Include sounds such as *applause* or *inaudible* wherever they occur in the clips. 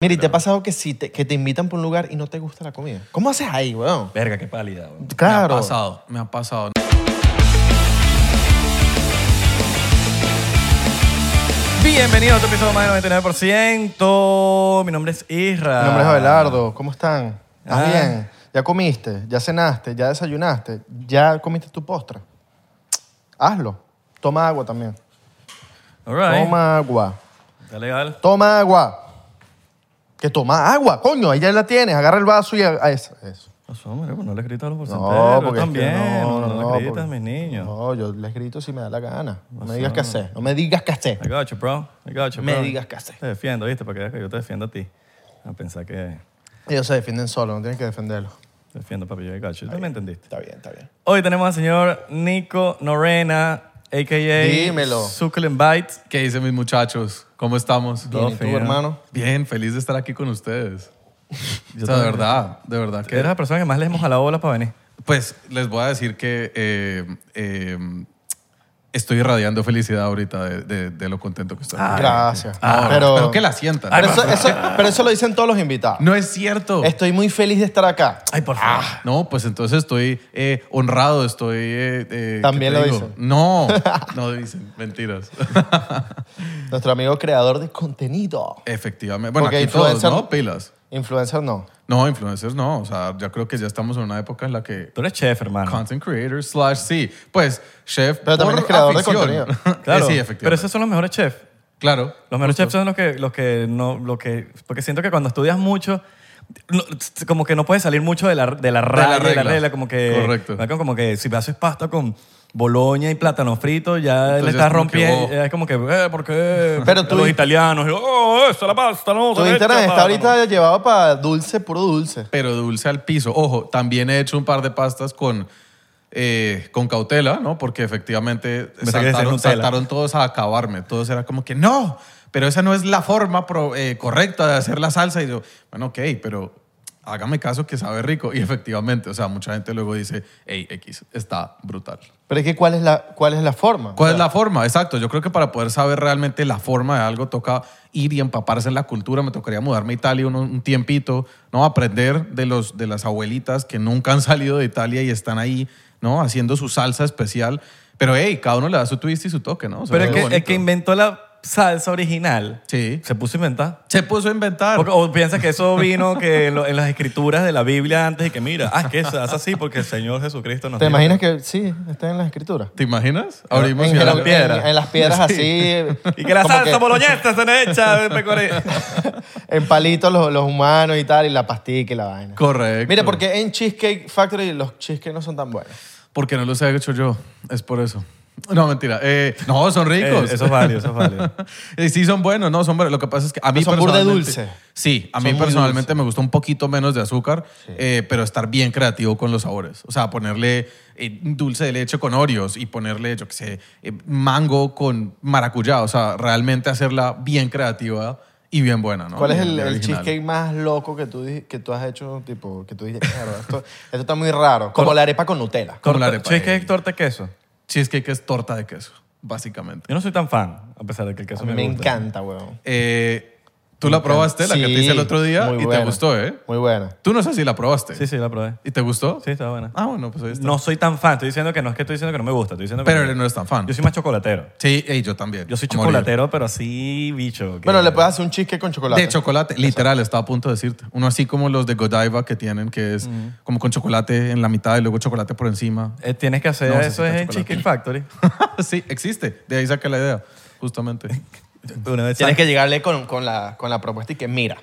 Mira, ¿y te ha pasado que, si te, que te invitan por un lugar y no te gusta la comida? ¿Cómo haces ahí, weón? Verga, qué pálida. weón. Claro. Me ha pasado, me ha pasado. Bienvenido a otro episodio más de 99%. Mi nombre es Isra. Mi nombre es Abelardo. ¿Cómo están? ¿Estás Ah. bien? ¿Ya comiste? ¿Ya cenaste? ¿Ya desayunaste? ¿Ya comiste tu postre? Hazlo. Toma agua también. All right. Toma agua. Está legal. Toma agua. Que toma agua, coño. Ahí ya la tienes. Agarra el vaso y... a- a eso, eso. Pasó, mira, pues no le gritas a los No, porcenteros. porque es que también. no, no, le no, gritas a porque- mis niños. No, yo les grito si me da la gana. No me digas qué hacer. No me digas qué hacer. I got you, bro. I got you, Me bro. digas qué hacer. Te defiendo, ¿viste? Para que veas que yo te defiendo a ti. A pensar que Ellos se defienden solos, no tienen que defenderlo. te defiendo, papi. Yo I got you. Tú me entendiste. Está bien, está bien. Hoy tenemos al señor Nico Norena, a.k.a. Dímelo. Succulent Bites. ¿Qué dicen mis muchachos? ¿Cómo estamos? Bien, ¿y tú, fino. hermano? Bien, feliz de estar aquí con *laughs* ustedes. Yo o sea, de también. verdad, de verdad. Que eres Que, la persona que más le hemos jalado bola para venir. pues les voy a decir que eh, eh, estoy irradiando felicidad ahorita de, de- de lo contento que estoy. Gracias. Ah, pero, espero que la sientan. Pero eso, eso- pero eso lo dicen todos los invitados. No es cierto. Estoy muy feliz de estar acá. Ay, por favor. No, pues entonces estoy eh, honrado, estoy... eh, eh, ¿qué También te lo digo? dicen. No, *laughs* no dicen, mentiras. *laughs* Nuestro amigo creador de contenido. Efectivamente. Bueno, Porque aquí todos, influencer- ¿no? Pilas. Influencer no. No, influencers no. O sea, yo creo que ya estamos en una época en la que Tú eres chef, hermano. content creator slash sí. Pues chef Pero también por es creador de afición. contenido. Claro. *laughs* Eh, sí, Pero efectivamente. esos son los mejores chefs. claro. Los mejores chefs son los que, los que no, los que, porque siento que cuando estudias mucho, no, t- como que no puedes salir mucho de la, de la raya, de la regla, regla. como que, Correcto. ¿verdad? como que si haces pasta con boloña y plátano frito, ya Entonces le es estás como que, rompiendo, oh. ya es como que, eh, ¿por qué? Pero tú- los italianos, y, oh, esa es la pasta, no, Tu se le echa Instagram está este plátano". ahorita llevado para dulce, puro dulce. Pero dulce al piso. Ojo, también he hecho un par de pastas con, eh, con cautela, ¿no? Porque efectivamente Pensé que decías saltaron, Nutella. saltaron todos a acabarme. Todos era como que no, pero esa no es la forma pro- eh, correcta de hacer la salsa. Y yo, bueno, ok, pero hágame caso que sabe rico. *laughs* Y efectivamente, o sea, mucha gente luego dice, hey, X, está brutal. Pero es que ¿cuál es la, cuál es la forma? ¿Cuál es la forma? Exacto. Yo creo que para poder saber realmente la forma de algo toca ir y empaparse en la cultura. Me tocaría mudarme a Italia un, un tiempito, ¿no? Aprender de, los, de las abuelitas que nunca han salido de Italia y están ahí, ¿no? Haciendo su salsa especial. Pero, hey, cada uno le da su twist y su toque, ¿no? O sea, Pero es muy que, el bonito. que inventó la salsa original, Sí. se puso a inventar. Se puso a inventar. Porque- o piensa que eso vino que en, lo- en las escrituras de la Biblia antes y que mira, ah, es que se hace así porque el Señor Jesucristo nos ¿Te dijo. imaginas que sí, está en las escrituras? ¿Te imaginas? Abrimos en, y en- era- las piedras. en- en las *laughs* piedras así. Y que la como salsa boloñesa se le echa de pecoré. *laughs* En palitos los, los humanos y tal, y la pastica y la vaina. Correcto. Mira, porque en Cheesecake Factory los cheesecakes no son tan buenos. Porque no los he hecho yo. Es por eso. No, mentira. Eh, no, son ricos. Eh, eso es válido, eso es válido. *laughs* Eh, sí, son buenos, no, son buenos. Lo que pasa es que a mí Pero son burda de personalmente- dulce. Sí, a mí Son muy personalmente me gusta un poquito menos de azúcar, eh, pero estar bien creativo con los sabores. O sea, ponerle eh, dulce de leche con Oreos y ponerle, yo qué sé, eh, mango con maracuyá. O sea, realmente hacerla bien creativa y bien buena, ¿no? ¿Cuál es Bien- el, bien el original. cheesecake más loco que tú, di- que tú has hecho? Tipo, que tú dices, "Mierda, esto, esto está muy raro. Como la arepa con Nutella. Como la Torta- arepa Cheesecake, de- torta, y queso. Cheesecake es torta de queso, básicamente. Yo no soy tan fan, a pesar de que el queso A mí me, me gusta. encanta, weón. Eh, Tú la probaste, la que te Sí, hice el otro día, muy y te buena. gustó, ¿eh? Muy buena. Tú no sé si la probaste. Sí, sí, la probé. ¿Y te gustó? Sí, estaba buena. Ah, bueno, pues ahí está. No soy tan fan, estoy diciendo que no es que estoy diciendo que no me gusta, estoy diciendo que Pero no eres tan fan. Yo soy más chocolatero. Sí, ey, yo también. Yo soy A morir. chocolatero, pero así bicho. que- Bueno, le puedes hacer un cheesecake con chocolate. De chocolate, literal, estaba a punto de decirte. Uno así como los de Godiva que tienen, que es como con chocolate en la mitad y luego chocolate por encima. *laughs* Eh, tienes que hacer No, se eso saca es en chocolate. Cheesecake Factory. sí, existe. De ahí saqué la idea, justamente. *laughs* Una vez Tienes que llegarle con, con la, con la propuesta y que, mira,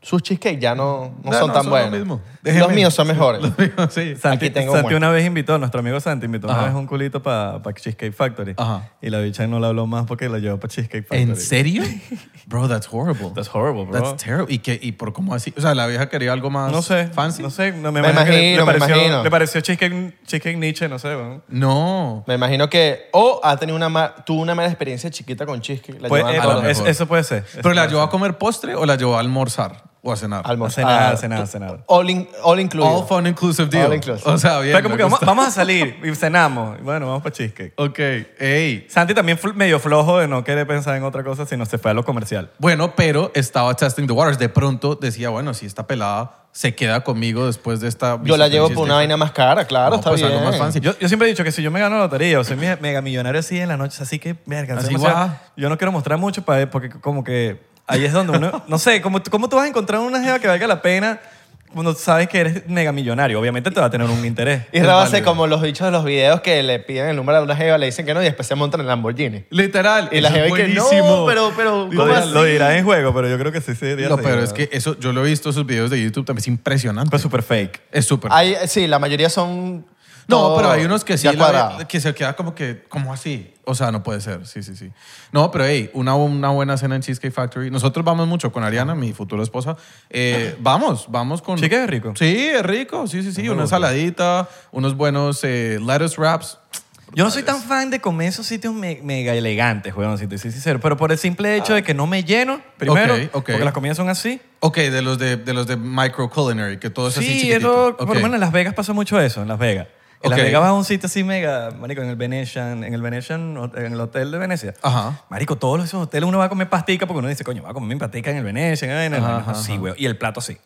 sus cheesecakes ya no, no, No, son no, tan son lo buenos. mismo. Los Déjeme. míos son mejores. sí. Santi, Aquí tengo Santi muerto. una vez invitó, nuestro amigo Santi invitó Ajá. una vez un culito para Cheesecake Factory. Ajá. Y la bicha no le habló más porque la llevó para Cheesecake Factory. ¿En serio? *laughs* Bro, that's horrible. That's horrible, bro. That's terrible. ¿Y, qué, ¿Y por cómo así? O sea, la vieja quería algo más no sé. fancy. No sé. No, me, Me imagino, que le- imagino, me le pareció, imagino. Le pareció Cheesecake, cheesecake Nietzsche, no sé. weón. No. Me imagino que o ha tenido una ma- tuvo una mala experiencia chiquita con cheesecake. La Pues, llevaron eh, a la- lo es- mejor. eso puede ser. ¿Pero la llevó a comer postre o la llevó a almorzar? o a cenar. Almorzar. cenar, Ah, cenar, tú- cenar. All, in- all incluido. All fun inclusive deal. All inclusive. O sea, bien. Pero como me que vamos, gusta. vamos a salir y cenamos. Y Bueno, vamos para cheesecake. Ok, ey. Santi también fue medio flojo de no querer pensar en otra cosa, sino se fue a lo comercial. Bueno, pero estaba testing the waters. De pronto decía, bueno, si esta pelada se queda conmigo después de esta. Yo la llevo visita por una vaina más cara, claro, No, está pues, bien. algo más fancy. Yo, yo siempre he dicho que si yo me gano la lotería o soy me- mega millonario así en la noche, así que, verga, Así, soy demasiado- guau. yo no quiero mostrar mucho para porque como que ahí es donde uno, no sé, ¿cómo, tú- cómo tú vas a encontrar una jeva que valga la pena cuando sabes que eres mega millonario? Obviamente te va a tener un interés. Y Raba válido. hace como los bichos de los videos que le piden el número a una jeva, le dicen que no y después se montan en Lamborghini. Literal. Y la eso es jeva y que, no, buenísimo. pero- pero, Lo, ¿cómo dirá- así? lo dirás en juego, pero yo creo que sí sería Lo peor es que eso, yo lo he visto esos videos de YouTube también, es impresionante. Fue súper fake. es súper. Pues, Hay, sí, la mayoría son. No, todo pero hay unos que sí, ya la- *laughs* cuadrado. que se queda como que, como así. O sea, no puede ser. Sí, sí, sí. No, pero hey, una, una buena cena en Cheesecake Factory. Nosotros vamos mucho con Ariana, mi futura esposa. Eh, vamos, vamos con. Cheesecake es rico. Sí, es rico. Sí, sí, sí. Una ensaladita, unos buenos eh, lettuce wraps. Yo no soy tan fan de comer esos sitios me- mega elegantes, weón, si te soy sincero. Pero por el simple hecho de que no me lleno, primero, Ah. Ok, ok. porque las comidas son así. Ok, de los de, de los de micro culinary, que todo es así Sí, chiquitito. eso, por Ok. lo menos en Las Vegas pasa mucho eso, en Las Vegas. En Ok. Las Vegas vas a un sitio así mega, marico, en el Venetian, en el Venetian, en el hotel de Venecia. Ajá. Marico, todos esos hoteles uno va a comer pastica porque uno dice, coño, va a comer mi pastica en el Venetian, en el Ajá, Sí, *laughs* weón. Y el plato así.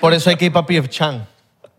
Por eso hay que ir para Pierre Chan,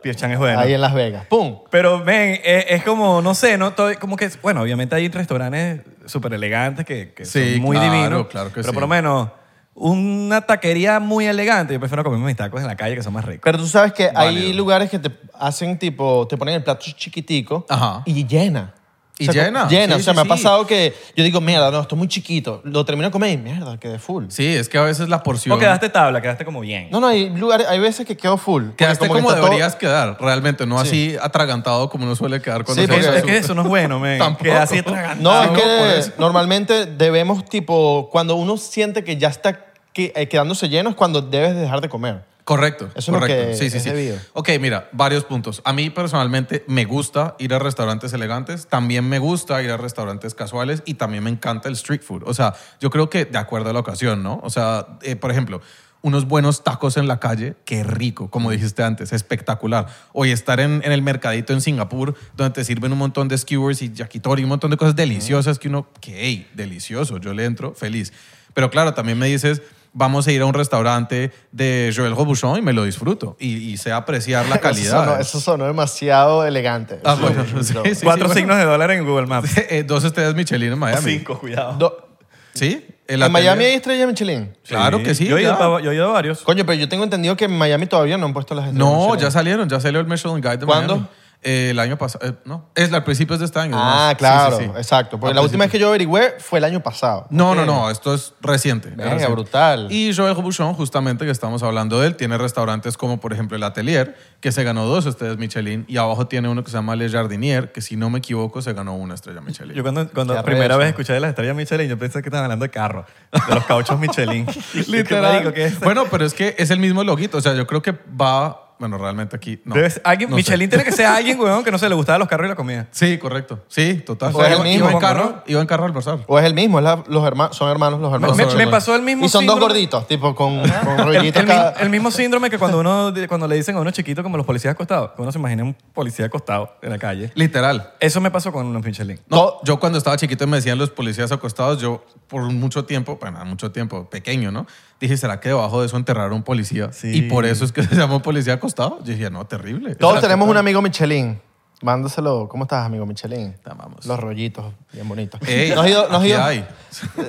Pierchan es bueno. ahí en Las Vegas. ¡Pum! Pero, ven, e, es, es como, no sé, no Todo- como que, bueno, obviamente hay restaurantes súper elegantes que, que Sí, son muy claro, divinos. claro que pero sí. por lo menos una taquería muy elegante. Yo prefiero comerme mis tacos en la calle que son más ricos. Pero tú sabes que hay Válido. lugares que te hacen tipo, te ponen el plato chiquitico Ajá. y llena. Y O sea, llena, Llena. sí, o sea, sí, me ha sí. pasado que yo digo, mierda, no, esto es muy chiquito. Lo termino de comer y mierda, quedé full. Sí, es que a veces la porción. O quedaste tabla, quedaste como bien. No, no, hay lugares, hay veces que quedo full. porque este Quedaste como, que está todo- deberías quedar, realmente, no así atragantado como uno suele quedar cuando Sí, se Porque porque- eso, hace pues, es su- que eso no es bueno, men. Tampoco. Queda así atragantado. No, es por que eso. normalmente debemos, tipo, cuando uno siente que ya está que- eh, quedándose lleno es cuando debes dejar de comer. Correcto. Eso es lo correcto. que sí, sí, es sí. debido. Ok, mira, varios puntos. A mí personalmente me gusta ir a restaurantes elegantes, también me gusta ir a restaurantes casuales y también me encanta el street food. O sea, yo creo que de acuerdo a la ocasión, ¿no? O sea, eh, por ejemplo, unos buenos tacos en la calle, qué rico, como dijiste antes, espectacular. Hoy estar en, en el mercadito en Singapur, donde te sirven un montón de skewers y yakitori, un montón de cosas deliciosas que uno, que, hey, delicioso, yo le entro feliz. Pero claro, también me dices, vamos a ir a un restaurante de Joel Robuchon y me lo disfruto y, y sé apreciar la calidad. *laughs* Eso sonó, eso sonó demasiado elegante. Ah, bueno, *laughs* sí, no. sí, Cuatro sí, bueno. signos de dólar en Google Maps. *laughs* Eh, dos estrellas Michelin en Miami. Cinco, cuidado. Do- ¿Sí? El ¿En atelier- Miami hay estrella Michelin? Claro que sí, Yo he, ido ya. pa- yo he ido a varios. Coño, pero yo tengo entendido que en Miami todavía no han puesto las estrellas No, Michelin. ya salieron, ya salió el Michelin Guide de ¿Cuándo? Miami. Eh, el año pasado, eh, no, es la- al principio de este año. ¿no? Ah, Sí, claro, sí, Ah, pues, sí. exacto. Porque Al la última vez principio. que yo averigüé fue el año pasado. No, Ok. no, no, esto es reciente. es Venga, reciente. brutal. Y Joel Robuchon, justamente que estamos hablando de él, tiene restaurantes como por ejemplo el Atelier, que se ganó dos estrellas Michelin, y abajo tiene uno que se llama Le Jardinier, que si no me equivoco se ganó una estrella Michelin. Yo cuando, cuando Qué la primera arrecho. vez escuché de las estrellas Michelin, yo pensé que estaban hablando de carro, de los cauchos Michelin. Literal. Bueno, pero es que es el mismo loguito, o sea, yo creo que va, bueno, realmente aquí no. no sé. Michelin tiene que ser alguien, weón, que no se le gustaban los carros y la comida. Sí, correcto. Sí, total. O sea, Iba- el mismo, iba, Juanjo, en carro, ¿no? iba en carro a almorzar. O es el mismo, es la- los herma- son hermanos los hermanos. Me, no, me no. pasó el mismo y son dos síndrome- gorditos, tipo, con, con *laughs* El, rollitos el cada- mi- el mismo síndrome que cuando uno cuando le dicen a uno chiquito como los policías acostados, que uno se imagina un policía acostado en la calle. Literal. Eso me pasó con unos Michelin. No, No. yo cuando estaba chiquito me decían los policías acostados, yo por mucho tiempo, bueno, mucho tiempo, pequeño, ¿no? Dije, ¿será que debajo de eso enterraron a un policía? Sí. Y por eso es que *laughs* se llamó policía acostado. Yo dije, no, terrible. Todos tenemos un amigo Michelin. Mándaselo. ¿Cómo estás, amigo Michelin? Te amamos. Los rollitos, bien bonitos. Ey, nos ha ido, nos ha aquí ido, hay.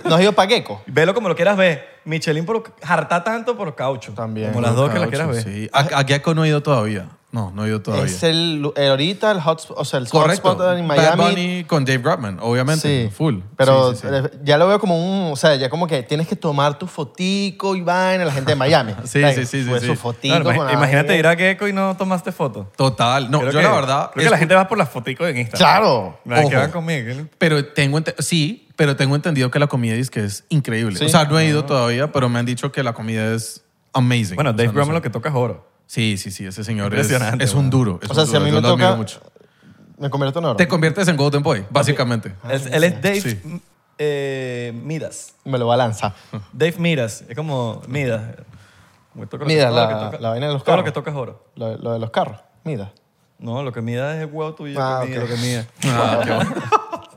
nos ha ido pa' Gecko. Velo como lo quieras ver. Michelin por jarta tanto por caucho. También. Como las dos que las quieras ver. Sí. A, a Gecko no he ido todavía. No, no he ido todavía. Es el, el ahorita el hotspot, o sea, el Correcto. hotspot en Bad Miami. Bunny con Dave Grubman, obviamente. Sí, Full. Pero Sí, sí, sí. eh, ya lo veo como un, o sea, ya como que tienes que tomar tu fotico y vaina, la gente de Miami. *laughs* Sí, Like, sí, sí, sí, pues, sí. su fotico. Claro, con ima- la- imagínate ir a Gecko y no tomaste foto. Total. No, Creo yo que- la verdad... Creo que la escu- gente va por las foticos en Instagram. Claro. Nadie Ojo. que va conmigo. ¿eh? Pero tengo ente- sí, pero tengo entendido que la comida es que es increíble. O sea, no he ido todavía, pero me han dicho que la comida es amazing. Bueno, O sea, Dave no Grumman sé. lo que toca es oro. Sí, sí, sí, ese señor es, Impresionante, es un weón. duro. es O sea, un si a duro, mí yo me lo admiro toca, mucho. me convierto en oro. Te conviertes en Golden Boy, básicamente. Ah, Es- él es Dave Sí. mm, eh, Midas. Me lo va a lanzar. Dave Midas. Es como Midas. Porque toca lo que- Mira, todo lo que la, toca- la vaina de los Todo carros. lo que tocas es oro. Lo, lo de los carros. Mira. No, lo que mida es el huevo tuyo. Ah, lo que mida, ok. lo que mida. Ah, qué bueno.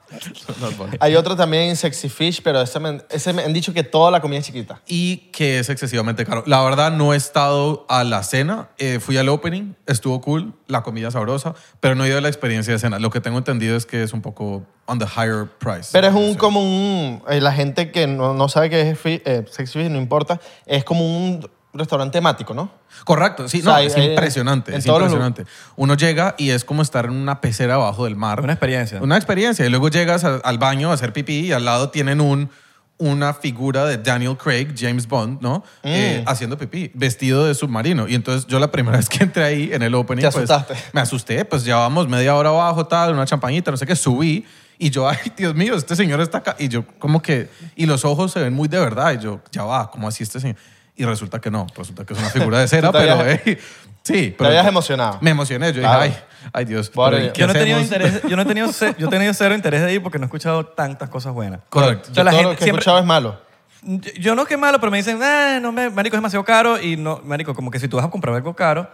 That's funny. Hay otro también, Sexy Fish, pero ese me, ese me han dicho que toda la comida es chiquita. y que es excesivamente caro. La verdad, no he estado a la cena. Eh, fui al opening, estuvo cool, la comida sabrosa, pero no he ido a la experiencia de cena. Lo que tengo entendido es que es un poco on the higher price. Pero es un Sí. como un... eh, la gente que no, no sabe qué es fi- eh, Sexy Fish, no importa. Es como un restaurante temático, ¿no? Correcto, sí, O sea, no, hay- es hay- impresionante, en es todos los impresionante. Uno llega y es como estar en una pecera abajo del mar. Una experiencia. Una experiencia. Y luego llegas a- al baño a hacer pipí y al lado tienen un, una figura de Daniel Craig, James Bond, ¿no? Mm. Eh, haciendo pipí, vestido de submarino. Y entonces yo la primera *laughs* vez que entré ahí en el opening, Te pues, asustaste. me asusté, pues llevábamos media hora abajo, tal, una champañita, no sé qué, subí. Y yo, *laughs* ay, Dios mío, este señor está acá. Y yo, como que, y los ojos se ven muy de verdad. Y yo, ya va, ¿cómo así este señor? Y resulta que no, resulta que es una figura *laughs* de cera, Tú te pero, habías- *laughs* ey, sí. Pero habías emocionado. Me emocioné, yo Claro. dije, ay, ay Dios. Pobre pero ¿y Dios. qué Yo no, he tenido hacemos? interés, yo, no he tenido ce- yo he tenido cero interés de ir porque no he escuchado tantas cosas buenas. Correcto. O sea, Yo la todo gente lo que he siempre- escuchado es malo. Yo, yo no que malo, pero me dicen, ah, no me, marico, es demasiado caro. Y no, marico, como que si tú vas a comprar algo caro,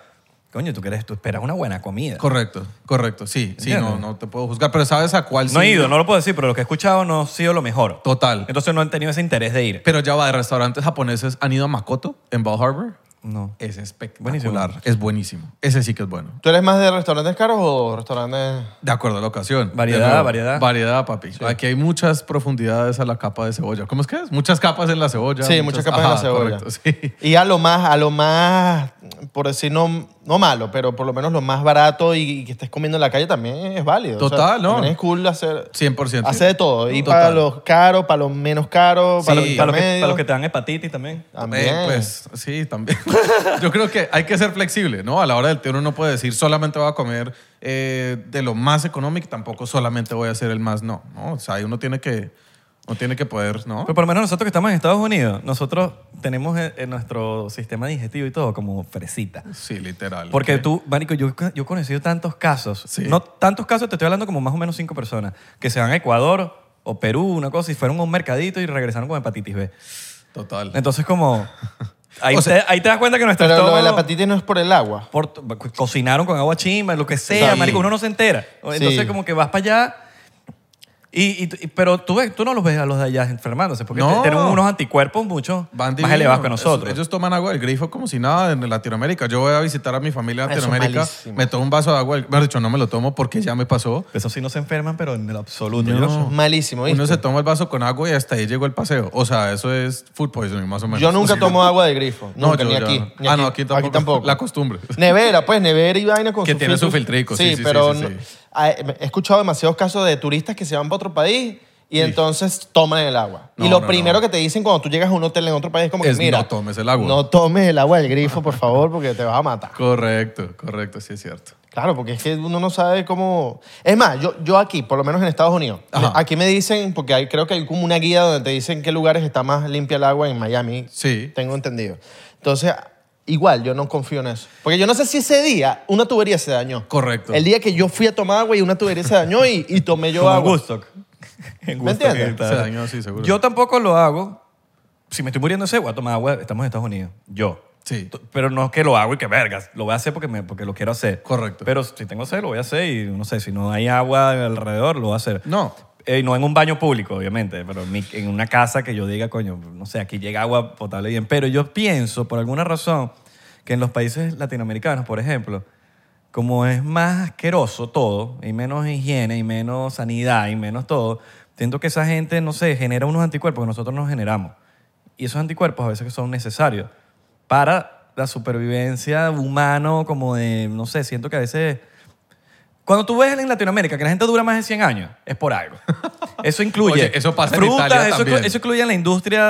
coño, tú quieres, tú esperas una buena comida. Correcto, correcto, sí, sí, no, ¿Entiendes? no te puedo juzgar, pero ¿sabes a cuál no sí? he ido, no lo puedo decir, pero lo que he escuchado no ha sido lo mejor. Total. Entonces no han tenido ese interés de ir. Pero ya va, de restaurantes japoneses, ¿han ido a Makoto en Ball Harbor? No. Es espectacular, es buenísimo, ese sí que es bueno. ¿Tú eres más de restaurantes caros o restaurantes...? De acuerdo a la ocasión. de Variedad, nuevo. variedad. Variedad, papi. Aquí hay muchas profundidades a la capa de cebolla. ¿Cómo es que es? Muchas capas en la cebolla. Sí, muchas capas en la Ajá, cebolla. correcto, *laughs* sí. Y a lo más, a lo más, por decir no, no malo, pero por lo menos lo más barato y, y que estés comiendo en la calle también es válido. O sea, Total, ¿no? también es cool hacer, 100%. hacer de todo. Y Total. para los caros, para los menos caros, para los Sí. Para los, que, intermedios. para los que te dan hepatitis también. También. Eh, pues sí, también. *laughs* Yo creo que hay que ser flexible, ¿no? A la hora del té uno no puede decir solamente voy a comer eh, de lo más económico, tampoco solamente voy a hacer el más no, ¿no? O sea, ahí uno tiene que, uno tiene que poder, ¿no? Pero por lo menos nosotros que estamos en Estados Unidos, nosotros tenemos en en nuestro sistema digestivo y todo como fresita. Sí, literal. Porque tú, Marico, yo, yo he conocido tantos casos, Sí. no tantos casos, te estoy hablando como más o menos cinco personas, que se van a Ecuador o Perú, una cosa, y fueron a un mercadito y regresaron con hepatitis B. Total. Entonces, como. Ahí, O sea- te, ahí te das cuenta que nuestro pero lo de la estómago- hepatitis no es por el agua. por- co- cocinaron con agua chimba, lo que sea, Sí. marico, uno no se entera. Entonces, Sí. como que vas para allá. Y, y tú- y- pero tú, ves- tú no los ves a los de allá enfermándose, porque No. te- tienen unos anticuerpos mucho Van más divino. elevados que Ellos- nosotros. Ellos toman agua del grifo como si nada en Latinoamérica. Yo voy a visitar a mi familia en Eso es Latinoamérica, malísimo. me tomo un vaso de agua, del- mejor dicho, no me lo tomo porque ya me pasó. Eso sí no se enferman, pero en el absoluto. No. Yo no sé. Malísimo, ¿viste? Uno se toma el vaso con agua y hasta ahí llegó el paseo. O sea, eso es food poisoning más o menos. Yo nunca tomo agua de grifo. No, Nunca, yo- ni yo aquí. no. ni Ah, no, aquí tampoco. La costumbre. Nevera, pues, nevera y vaina con Que su tiene su filtro. filtrico, sí, sí, sí, pero sí, sí. no- ah, eh, he escuchado demasiados casos de turistas que se van para otro país y entonces toman el agua. y No, lo no, primero no. que te dicen cuando tú llegas a un hotel en otro país es como que, Es, mira, "No tomes el agua". No tomes el agua del grifo, por favor, porque te vas a matar. Correcto, correcto, sí es cierto. Claro, porque es que uno no sabe cómo... Es más, yo, yo aquí, por lo menos en Estados Unidos, Ajá. aquí me dicen, porque hay, creo que hay como una guía donde te dicen qué lugares está más limpia el agua en Miami. Sí. Tengo entendido. Entonces, igual, yo no confío en eso. Porque yo no sé si ese día una tubería se dañó. Correcto. El día que yo fui a tomar agua y una tubería se dañó y, y tomé yo Como en agua. *laughs* Woodstock. En ¿Me Woodstock, entiendes? está- Se dañó, sí, seguro. Yo tampoco lo hago. Si me estoy muriendo de sed, voy a tomar agua. Estamos en Estados Unidos. Yo. Sí. T- Pero no es que lo hago y que vergas. Lo voy a hacer porque, me, porque lo quiero hacer. Correcto. Pero si tengo sed, lo voy a hacer y no sé, si no hay agua alrededor, lo voy a hacer. No. Eh, no en un baño público, obviamente, pero ni en una casa que yo diga, coño, no sé, aquí llega agua potable bien. Pero yo pienso, por alguna razón, que en los países latinoamericanos, por ejemplo, como es más asqueroso todo, y menos higiene, y menos sanidad, y menos todo, siento que esa gente, no sé, genera unos anticuerpos que nosotros no generamos. Y esos anticuerpos a veces que son necesarios para la supervivencia humano, como de, no sé, siento que a veces... Cuando tú ves en Latinoamérica que la gente dura más de 100 años, es por *laughs* algo. Eso incluye Oye, eso pasa en frutas, Italia eso, también. inclu- eso incluye la industria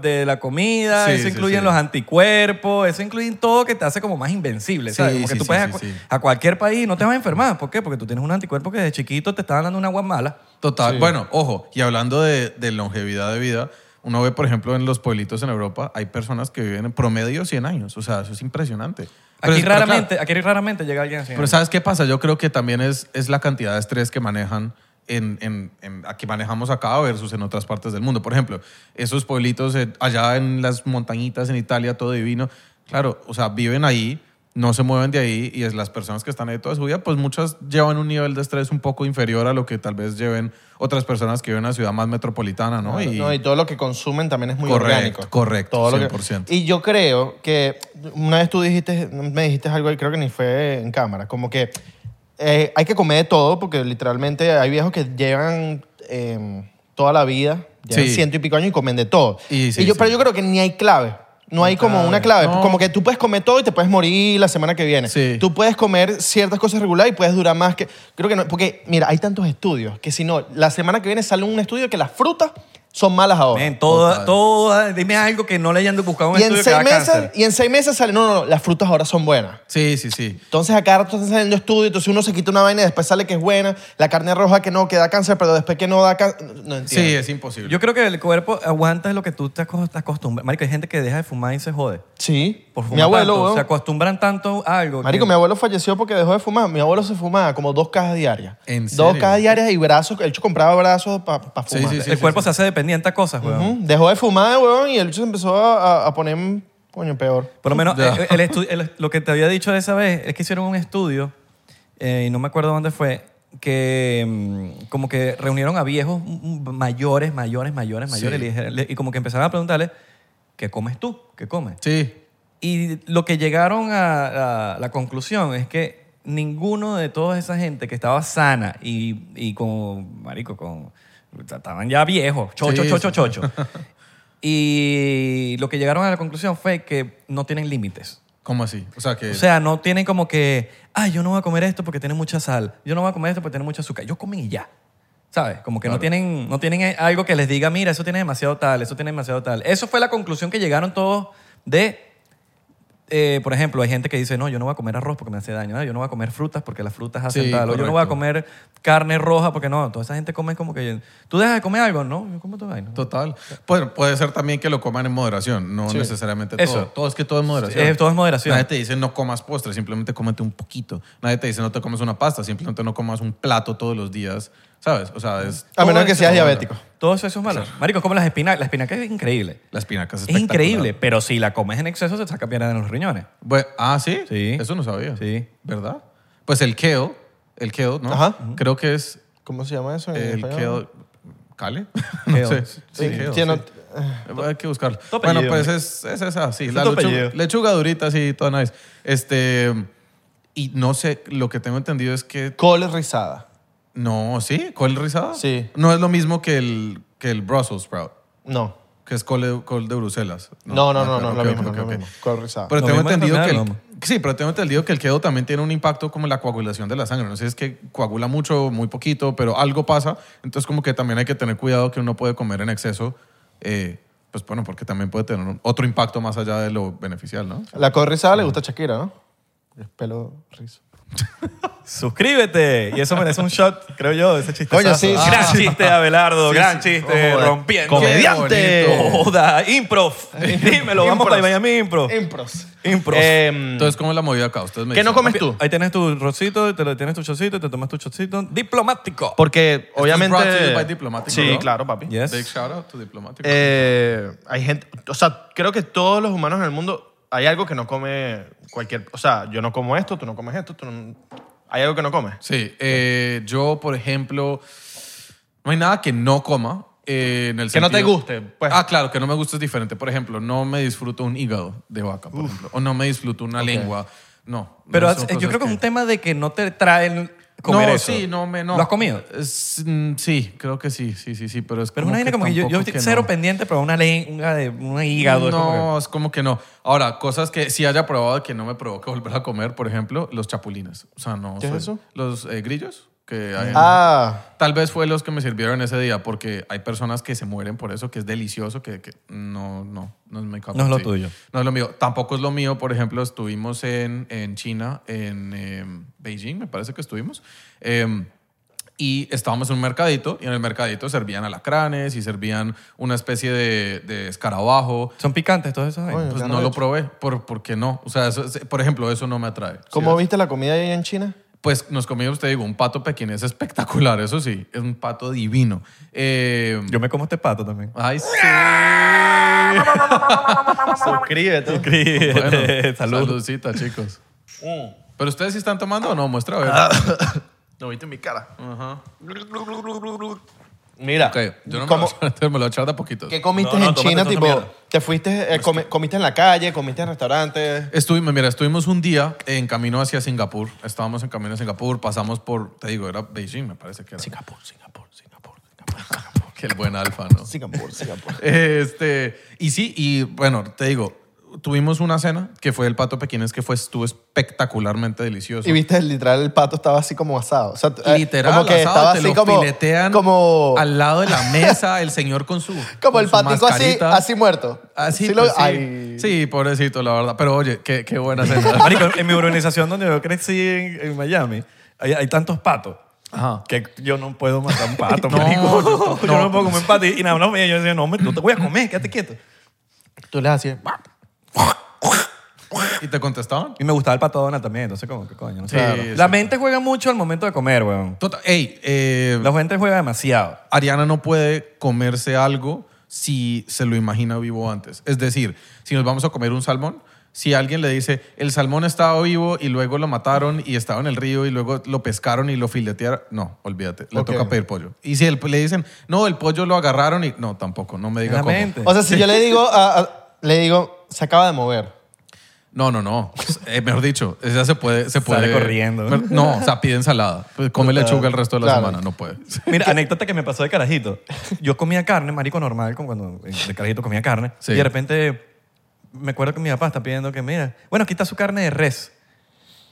de la comida, Sí, eso sí, incluye sí. los anticuerpos, eso incluye todo que te hace como más invencible, ¿sabes? Sí, Como que sí, tú sí, puedes sí, a, cu- sí. a cualquier país y no te vas a enfermar. ¿Por qué? Porque tú tienes un anticuerpo que desde chiquito te estaba dando una agua mala. Total. Bueno, ojo, y hablando de, de longevidad de vida, uno ve, por ejemplo, en los pueblitos en Europa, hay personas que viven en promedio 100 años. O sea, eso es impresionante. Pero Aquí es- pero claro, raramente, aquí raramente llega alguien así. Pero ¿sabes qué pasa? Yo creo que también es, es la cantidad de estrés que manejan en, en, en- a que manejamos acá versus en otras partes del mundo. Por ejemplo, esos pueblitos eh, allá en las montañitas en Italia, todo divino. Claro, o sea, viven ahí, no se mueven de ahí y es las personas que están ahí toda su vida, pues muchas llevan un nivel de estrés un poco inferior a lo que tal vez lleven otras personas que viven en una ciudad más metropolitana, ¿no? Claro, y, no, y todo lo que consumen también es muy Correcto, orgánico. correcto, Todo lo que- 100%. y yo creo que una vez tú dijiste, me dijiste algo, ahí, creo que ni fue en cámara, como que eh, hay que comer de todo porque literalmente hay viejos que llevan eh, toda la vida, llevan Sí. ciento y pico años y comen de todo. Y sí, yo, sí. Pero yo creo que ni hay clave. No hay como una clave. No. Como que tú puedes comer todo y te puedes morir la semana que viene. Sí. Tú puedes comer ciertas cosas regulares y puedes durar más que... Creo que no, porque mira, hay tantos estudios que si no, la semana que viene sale un estudio que las frutas son malas ahora. Men, toda, total. toda, dime algo que no le hayan buscado un y, en estudio que seis da meses, cáncer. y en seis meses sale, no, no, no, las frutas ahora son buenas. sí, sí, sí. Entonces acá rato están saliendo estudios, entonces uno se quita una vaina y después sale que es buena, la carne roja que no, que da cáncer, pero después que no da cáncer, no Sí, entiendo. es imposible. Yo creo que el cuerpo aguanta lo que tú te acost- acostumbras. Marico, hay gente que deja de fumar y se jode. Sí, Por fumar mi abuelo, tanto. weón. Se acostumbran tanto a algo. Marico, que- mi abuelo falleció porque dejó de fumar. Mi abuelo se fumaba como dos cajas diarias. ¿En Dos serio? cajas diarias y brazos. El hecho compraba brazos para fumar. sí, sí. el cuerpo se hace dependiente a cosas, weón. Ujú. Dejó de fumar, weón, y el hecho se empezó a, a- a poner, coño, peor. Por lo menos Ya. eh, el estu- el- lo que te había dicho esa vez es que hicieron un estudio, eh, y no me acuerdo dónde fue, que mm, como que reunieron a viejos mm, mayores, mayores, mayores, Sí. mayores, y, le dijeron- le- y como que empezaron a preguntarle, ¿qué comes tú? ¿Qué comes? Sí, Y lo que llegaron a, a la conclusión es que ninguno de toda esa gente que estaba sana y, y con, marico, con, estaban ya viejos, chocho, Sí, chocho, sí. chocho. *laughs* y lo que llegaron a la conclusión fue que no tienen límites. ¿cómo así? O sea, que... O sea, no tienen como que, ay, yo no voy a comer esto porque tiene mucha sal, yo no voy a comer esto porque tiene mucha azúcar, yo comen y ya. ¿Sabes? Como que no, Claro. tienen, no tienen algo que les diga, mira, eso tiene demasiado tal, eso tiene demasiado tal. Eso fue la conclusión que llegaron todos de, eh, por ejemplo, hay gente que dice, no, yo no voy a comer arroz porque me hace daño, ¿no? yo no voy a comer frutas porque las frutas hacen Sí, tal, o yo no voy a correcto. comer carne roja porque no, toda esa gente come como que, tú dejas de comer algo, no, yo como tu vaina. Total. Pues puede ser también que lo coman en moderación, no Sí. necesariamente Eso. todo. Todo es que todo es moderación. Eh, todo es moderación. Nadie te dice no comas postre, simplemente cómete un poquito. Nadie te dice no te comes una pasta, simplemente no comas un plato todos los días, ¿sabes? O sea, es... A menos todo que es seas todo diabético. bueno. Todo eso, eso es malo. Marico, es como las espinacas, la espinaca es increíble. La espinaca es Es espectacular. increíble, pero si la comes en exceso se saca piedra de los riñones. Bueno, ah, ¿sí? Sí. Eso no sabía. Sí. ¿Verdad? Pues el kale, el kale, ¿no? Ajá. Creo que es ¿Cómo se llama eso en el español? kale... ¿Cale? *laughs* Kale. no sé. Sí, Sí, kale, tiene- sí. Eh, pues, Hay que buscarlo. Top bueno, apellido, pues es, es esa, sí. Es La top lechuga, apellido. lechuga durita, sí, toda nice. Este, y no sé, lo que tengo entendido es que... Col rizada. No, ¿sí? ¿Col rizada? Sí. No es lo mismo que el, que el Brussels sprout, No. que es col de, col de Bruselas. No, no, no, Ah, ok, no, ok, lo mismo, ok, no, ok. lo mismo. Col rizada. Pero Lo tengo mismo es entendido que el- enfermedad, sí, pero tengo entendido que el quedo también tiene un impacto como en la coagulación de la sangre. No sé, es que coagula mucho, muy poquito, pero algo pasa. Entonces como que también hay que tener cuidado que uno puede comer en exceso, eh, pues bueno, porque también puede tener un- otro impacto más allá de lo beneficial, ¿no? La col rizada le gusta a Shakira, ¿no? Es pelo rizo. Suscríbete. Y eso merece un shot, creo yo, de ese Ah. chiste. Coño, sí, sí. Gran chiste, Abelardo. Ah. Sí, gran sí. eh. chiste, Joder. rompiendo. ¡Comediante! Joda, *laughs* improv. Dímelo, vamos Improv. para Miami Improv. Impros. Improv. Eh, Em, Entonces, ¿cómo es la movida acá? Ustedes me ¿Qué no dicen. comes tú? Ahí tienes tu rosito, te lo- tienes tu chocito, te tomas tu chocito. Diplomático. Porque es obviamente... brought to you by Diplomático, sí, ¿no? claro, papi. Yes. Big shout out to Diplomático. Eh, hay gente, o sea, creo que todos los humanos en el mundo hay algo que no come cualquier, o sea, yo no como esto, tú no comes esto, tú no- hay algo que no comes. Sí, eh, yo, por ejemplo, no hay nada que no coma. eh, en el Que no te sentido- guste, pues. Ah, claro, que no me guste es diferente. Por ejemplo, no me disfruto un hígado de vaca, por ejemplo. O no me disfruto una lengua. No. Pero no has- eh, son yo cosas creo que es un tema de que no te traen comer no, eso. sí, no me. No. ¿Lo has comido? Es- mm, sí, creo que sí, sí, sí, sí. Pero es Pero es una vaina como que yo, yo tampoco estoy que cero no. pendiente, pero una lengua de un hígado. es como que- No, es como que no. Ahora, cosas que sí haya probado que no me provoca volver a comer, por ejemplo, los chapulines. O sea, no. ¿Qué es soy- eso? Los eh, grillos que hay en- Ah, Tal vez fue los que me sirvieron ese día, porque hay personas que se mueren por eso, que es delicioso, que, que no, no, no es mi cup No of es lo tea. tuyo. No es lo mío. Tampoco es lo mío. Por ejemplo, estuvimos en, en China, en eh, Beijing, me parece que estuvimos. eh, y estábamos en un mercadito, y en el mercadito servían alacranes y servían una especie de, de escarabajo. Son picantes ¿eh? todos esos. Coño. Pues ya no lo he lo hecho. probé, por, porque no. O sea, eso- por ejemplo, eso no me atrae. ¿cómo Sí, viste la comida ahí en China? Pues nos comimos, te digo, un pato pequinés espectacular, eso sí, es un pato divino. Eh, Yo me como este pato también. *laughs* ¡Ay, sí! Suscríbete. *laughs* Bueno, Salud. Saludcita, chicos. Mm. ¿Pero ustedes sí están tomando o no? Muestra a ver. Ah. No viste mi cara. Mira, Ok, yo no me ¿cómo- lo, *laughs* entonces me lo voy a echar de a poquitos. ¿qué comiste No, no, en tómate China? esa Tipo, mierda. te fuiste, eh, comi- comiste en la calle, comiste en restaurantes. Estuvimos, mira, estuvimos un día en camino hacia Singapur. Estábamos en camino a Singapur, pasamos por, te digo, era Beijing, me parece que era. Singapur, Singapur, Singapur, Singapur, Que el buen alfa, ¿no? Singapur, Singapur. Este, y sí, y bueno, te digo, tuvimos una cena que fue el pato pequinés que fue, estuvo espectacularmente delicioso. Y viste, literal, el pato estaba así como asado. O sea, t- eh, Literal, como que asado, estaba te así lo como, filetean como, al lado de la mesa, el señor con su *laughs* como con el su patico así, mascarita. así muerto. Así, Sí pues, lo- sí. ay. Sí, pobrecito, la verdad. Pero oye, qué, qué *laughs* buena cena. Marico, en mi urbanización donde yo crecí en, en Miami, hay, hay tantos patos Ajá. que yo no puedo matar un pato, *laughs* No, marico. Yo no, no. puedo comer pato. Y, y nada, no, yo decía, no, hombre, no te voy a comer, quédate quieto. Tú le hacías. ¿Y te contestaban? Y me gustaba el pato Donald también, entonces como que coño, no sé. Claro. La mente juega mucho al momento de comer, weón. Total, ey, eh, La gente juega demasiado. Ariana no puede comerse algo si se lo imagina vivo antes. Es decir, si nos vamos a comer un salmón, si alguien le dice, el salmón estaba vivo y luego lo mataron y estaba en el río y luego lo pescaron y lo filetearon, no, olvídate, le Ok. toca pedir pollo. Y si el- le dicen, no, el pollo lo agarraron y no, tampoco, no me diga La cómo. mente. O sea, si yo le digo, a- *laughs* a- le digo, se acaba de mover. No, no, no. Eh, mejor dicho, ya se puede, se Sale puede. corriendo. No, o sea, pide ensalada. Pues come lechuga el resto de la Claro. semana, no puede. Mira, anécdota que me pasó de carajito. Yo comía carne, marico normal, como cuando eh, de carajito comía carne. Sí. Y de repente me acuerdo que mi papá está pidiendo que, mira, bueno, aquí está su carne de res.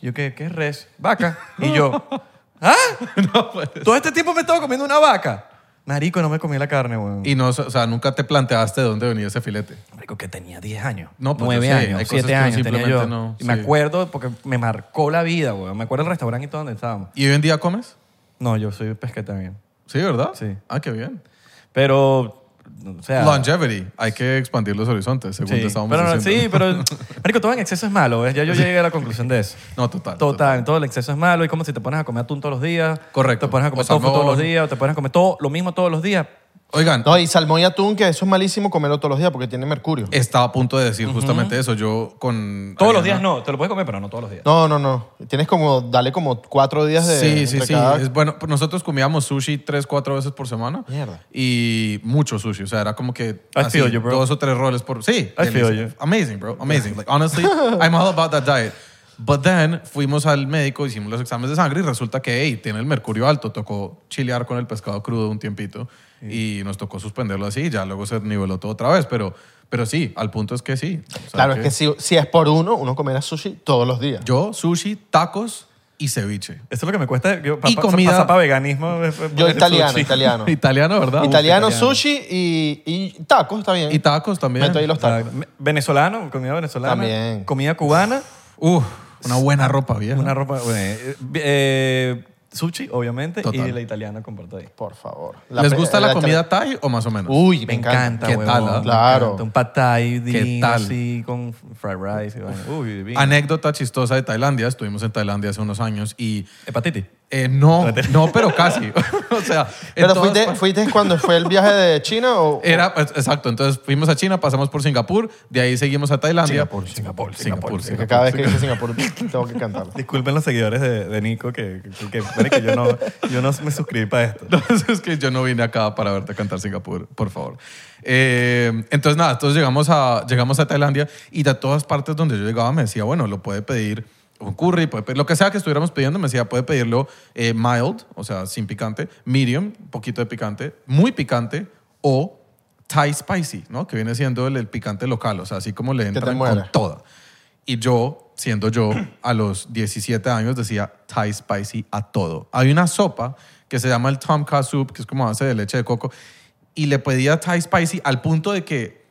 Y yo, ¿qué, qué es res? Vaca. Y *laughs* yo, ¿ah? Todo este tiempo me estaba comiendo una vaca. Marico, no me comí la carne, weón. Y no, o sea, nunca te planteaste de dónde venía ese filete. Marico, que tenía 10 años. No, pues, 9 yo sé, hay años, cosas 7 que uno años tenía simplemente yo. no, y me sí. acuerdo porque me marcó la vida, weón. Me acuerdo el restaurante y todo donde estábamos. ¿Y hoy en día comes? No, yo soy pesqueta bien. Sí, ¿verdad? Sí. Ah, qué bien. Pero, o sea... Longevity. Hay que expandir los horizontes, según Sí, te estábamos pero, no, diciendo. sí, pero *laughs* marico, todo en exceso es malo, ¿ves? Ya yo llegué a la conclusión de eso. No, total. Total, todo el exceso es malo y como si te pones a comer atún todos los días. Correcto. Te pones a comer O salmón. tofu todos los días, o te pones a comer todo lo mismo todos los días. Oigan, No, y salmón y atún, que eso es malísimo comerlo todos los días porque tiene mercurio. estaba a punto de decir justamente eso. Yo con... Todos los días Ariana- no, te lo puedes comer, pero no todos los días. No, no, no. Tienes como, dale como cuatro días de. Sí, sí, entre sí. cada- Es bueno, pues nosotros comíamos sushi tres, cuatro veces por semana. Mierda. Y mucho sushi. O sea, era como que I así, feel you, bro. dos o tres roles por... Sí. I feel delicioso. you. Amazing, bro. Amazing. *laughs* Like, honestly, I'm all about that diet. But then fuimos al médico, hicimos los exámenes de sangre y resulta que, hey, tiene el mercurio alto. Tocó chilear con el pescado crudo un tiempito y nos tocó suspenderlo así. y Ya luego se niveló todo otra vez. Pero, pero sí, al punto es que sí. O sea, claro, es que si, si es por uno, uno comerá sushi todos los días. Yo, sushi, tacos y ceviche. Eso es lo que me cuesta. Yo, Y comida- Pasar para veganismo. es- es- Yo es italiano, sushi. *laughs* italiano. Italiano, ¿verdad? Italiano, sushi y, y tacos, está bien. Y tacos también. Meto ahí los tacos. Exacto. Venezolano, comida venezolana. También. Comida cubana. uh, Uf, una buena ropa vieja. Una ropa... bueno, eh, eh, sushi, obviamente, Total. y la italiana comparto ahí. Por favor. ¿Les pe- gusta la la itali- comida Thai o más o menos? Uy, Me encanta, ¿Qué huevón, tal, ah? me Claro. encanta. Un pad thai ¿Qué divino tal? Ah, así con fried rice. y vaina. Uy, divino. Anécdota chistosa de Tailandia. Estuvimos en Tailandia hace unos años y Hepatitis. eh, *laughs* no, no, pero casi. *laughs* o sea, en ¿Pero todas fuiste, par- fuiste cuando fue el viaje de China o...? era pues, exacto. Entonces fuimos a China, pasamos por Singapur, de ahí seguimos a Tailandia. Singapur, Singapur, Singapur, Es que Singapur. cada vez que dice Singapur tengo que cantarlo. Disculpen los seguidores de, de Nico que, que, que- marico, yo, no, yo no me suscribí para esto. *laughs* Entonces es que yo no vine acá para verte cantar Singapur, por favor. Eh, entonces nada, entonces llegamos a, llegamos a Tailandia y de todas partes donde yo llegaba me decía, bueno, lo puede pedir un curry, puede pedir lo que sea que estuviéramos pidiendo, me decía, puede pedirlo eh, mild, o sea, sin picante, medium, poquito de picante, muy picante o Thai spicy, ¿no? Que viene siendo el, el picante local, o sea, así como le te entran con muera. toda. Y yo, siendo yo, a los 17 años decía Thai Spicy a todo. Hay una sopa que se llama el Tom Kha Soup, que es como base de leche de coco, y le pedía Thai Spicy al punto de que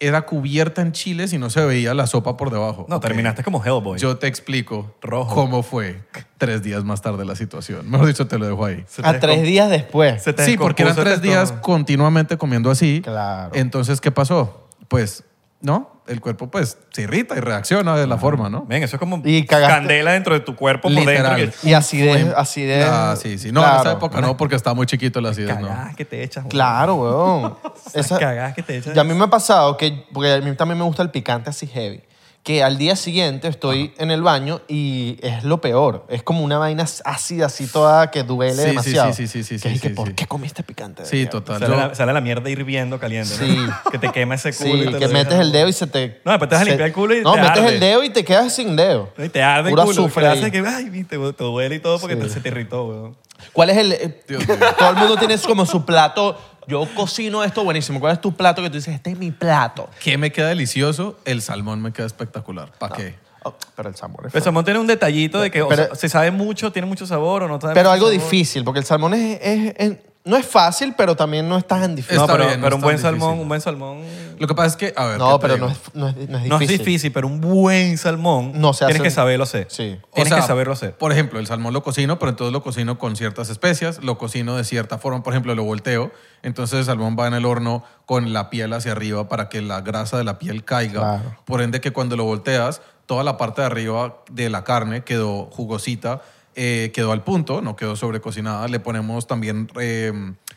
era cubierta en chiles y no se veía la sopa por debajo. No, Ok. terminaste como Hellboy. Yo te explico Rojo. cómo fue tres días más tarde la situación. Mejor dicho, te lo dejo ahí. Se te A tres descom- días después. se te Sí, porque eran descompuso este tres el días estómago. continuamente comiendo así. Claro. Entonces, ¿qué pasó? Pues ¿no? El cuerpo pues se irrita y reacciona de la forma, ¿no? Ven, eso es como Y cagaste. candela dentro de tu cuerpo por Literal. dentro. Y acidez, acidez. Ah, sí, sí. No, en esa Pues, Claro. época no, porque estaba muy chiquito el Que, acidez, ¿no? cagadas que te echas. güey. Claro, weón. Esa- cagadas que te echas. Y a mí me ha pasado que, porque a mí también me gusta el picante así heavy, que al día siguiente estoy en el baño y es lo peor. Es como una vaina ácida así toda que duele Sí, sí, demasiado. sí, sí, sí, sí, Que es sí, que, sí, ¿por sí. qué comiste picante? Sí, totalmente. total. Sale, Yo- la, sale la mierda hirviendo caliente. ¿no? Sí. Que te quema ese culo. y Sí, te que lo metes deja- el dedo y se te... No, después te vas a se- limpiar el culo y No, te metes arde. el dedo y te quedas sin dedo. Y te arde el Pura culo. azufre que ahí. hace que, ay, viste, te, te duele y todo porque Sí. te- se te irritó, weón. ¿Cuál es el...? eh, Dios mío. Todo el mundo tiene como su plato. Yo cocino esto buenísimo. ¿Cuál es tu plato que tú dices, este es mi plato? ¿Qué me queda delicioso? El salmón me queda espectacular. ¿Para qué? Oh, pero el sabor es Pero el salmón Pues, tiene un detallito de que o Pero- sea, se sabe mucho, tiene mucho sabor o no sabe Pero mucho algo sabor. difícil, porque el salmón es, es- es- no es fácil, pero también no es tan difícil. No, Está pero, bien, no pero es un tan buen salmón, difícil. un buen salmón. Lo que pasa es que, a ver. No, ¿qué te pero digo? no es, no, es, no es difícil. No es difícil, pero un buen salmón No se hace- tienes que saberlo hacer. Sí. O Tienes sea, que saberlo hacer. Por ejemplo, el salmón lo cocino, pero entonces lo cocino con ciertas especias, lo cocino de cierta forma, por ejemplo, lo volteo, entonces el salmón va en el horno con la piel hacia arriba para que la grasa de la piel caiga. Claro. Por ende que cuando lo volteas, toda la parte de arriba de la carne quedó jugosita, eh, quedó al punto, no quedó sobrecocinada. Le ponemos también eh,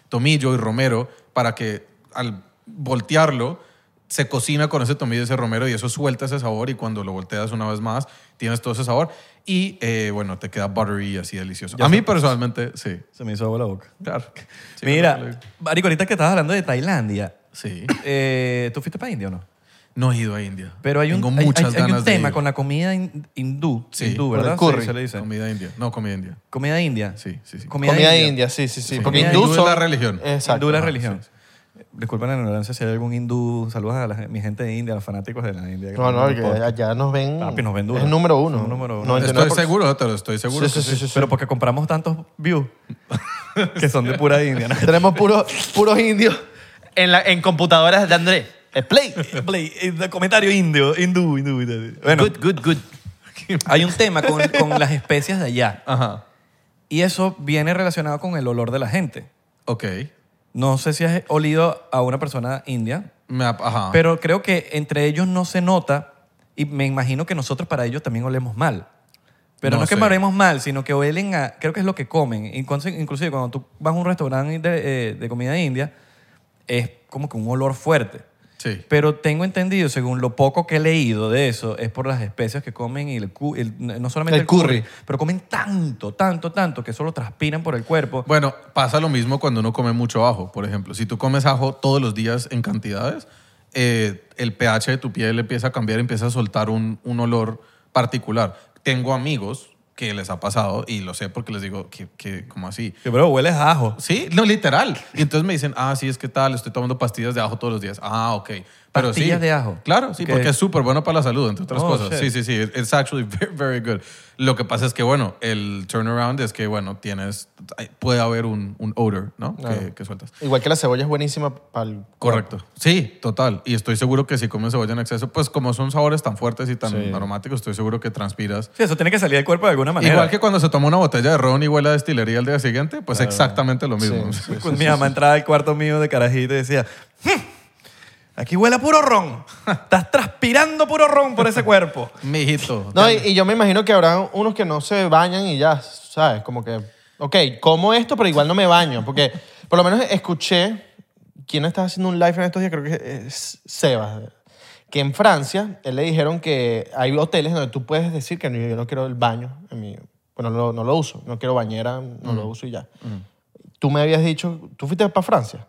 tomillo y romero para que al voltearlo se cocina con ese tomillo y ese romero y eso suelta ese sabor y cuando lo volteas una vez más tienes todo ese sabor y eh, bueno, te queda buttery así delicioso. Ya A mí sé. personalmente, sí. Se me hizo agua la boca. Claro. Sí, pero- *laughs* Mira, Marico, ahorita que estabas hablando de Tailandia, Sí. eh, ¿tú fuiste para India o no? No he ido a India. Pero hay un, Tengo hay- muchas hay- hay un ganas de tema ir. con la comida hin- hindú. Sí, hindú, por el ¿verdad? curry. Sí, se le dice. Comida india. No, comida india. Comida india. Sí, sí, sí. Comida, india. sí, sí, sí. Porque Comida hindú, hindú es son- la religión. Exacto. Hindú la Ajá. religión. Disculpen la ignorancia si hay algún hindú. Saludos a la- mi gente de India, a los fanáticos de la India. No, no, Por- que allá nos ven. Papi, nos ven duro. es el número uno. Somos número uno. 99%. Estoy seguro, te lo estoy seguro. Sí, sí, que sí, sí, sí. Pero porque compramos tantos views *laughs* que son de pura India. ¿no? Tenemos puros, puros indios en, la, en computadoras de Andrés. Eh, *laughs* Play. Play, eh, comentario indio, hindú, hindú. hindú. Bueno, Good, good, good. hay un tema con, con las especias de allá. Ah. Ajá. Y eso viene relacionado con el olor de la gente. Ok. No sé si has olido a una persona india, Me ap- Ajá. pero creo que entre ellos no se nota y me imagino que nosotros para ellos también olemos mal. Pero No no, es que sé. olemos mal, sino que huelen a, creo que es lo que comen. Incluso- Inclusive cuando tú vas a un restaurante de, eh, de comida india, es como que un olor fuerte. sí. Pero tengo entendido, según lo poco que he leído de eso, es por las especias que comen y el, cu- el- no solamente El el, curry, curry. pero comen tanto, tanto, tanto que solo transpiran por el cuerpo. Bueno, pasa lo mismo cuando uno come mucho ajo, por ejemplo. Si tú comes ajo todos los días en cantidades, eh, el pH de tu piel empieza a cambiar, empieza a soltar un, un olor particular. Tengo amigos que les ha pasado y lo sé porque les digo que, que ¿cómo así? Que, bro, hueles a ajo. Sí, no, literal. Y entonces me dicen, ah, sí, es que tal, estoy tomando pastillas de ajo todos los días. Ah, ok. Pero sí. ¿Pastillas de ajo? Claro, sí, Ok. porque es súper bueno para la salud, entre otras Oh, cosas. shit. Sí, sí, sí. it- It's actually *laughs* very, very good. Lo que pasa es que, bueno, el turnaround es que, bueno, tienes, ay, puede haber un, un odor, ¿no? Que, que sueltas. Igual que la cebolla es buenísima para el. Correcto. Sí, total. Y estoy seguro que si comes cebolla en exceso, pues como son sabores tan fuertes y tan Sí. aromáticos, estoy seguro que transpiras. Sí, eso tiene que salir del cuerpo de alguna manera. Igual que cuando se toma una botella de ron y huele a destilería al día siguiente, pues exactamente lo mismo. Sí, Pues mi mamá entraba al cuarto mío de carajito y decía, "Hmm, aquí huele a puro ron. *laughs* Estás transpirando puro ron por ese cuerpo. *laughs* Mijito. No, y, y yo me imagino que habrá unos que no se bañan y ya, ¿sabes? Como que, ok, como esto, pero igual no me baño. Porque por lo menos escuché, ¿quién estaba haciendo un live en estos días? Creo que es Sebas. Que en Francia, él le dijeron que hay hoteles donde tú puedes decir que no, yo no quiero el baño. En mi, bueno, no, no lo uso. No quiero bañera, no lo uso y ya. Tú me habías dicho, tú fuiste para Francia.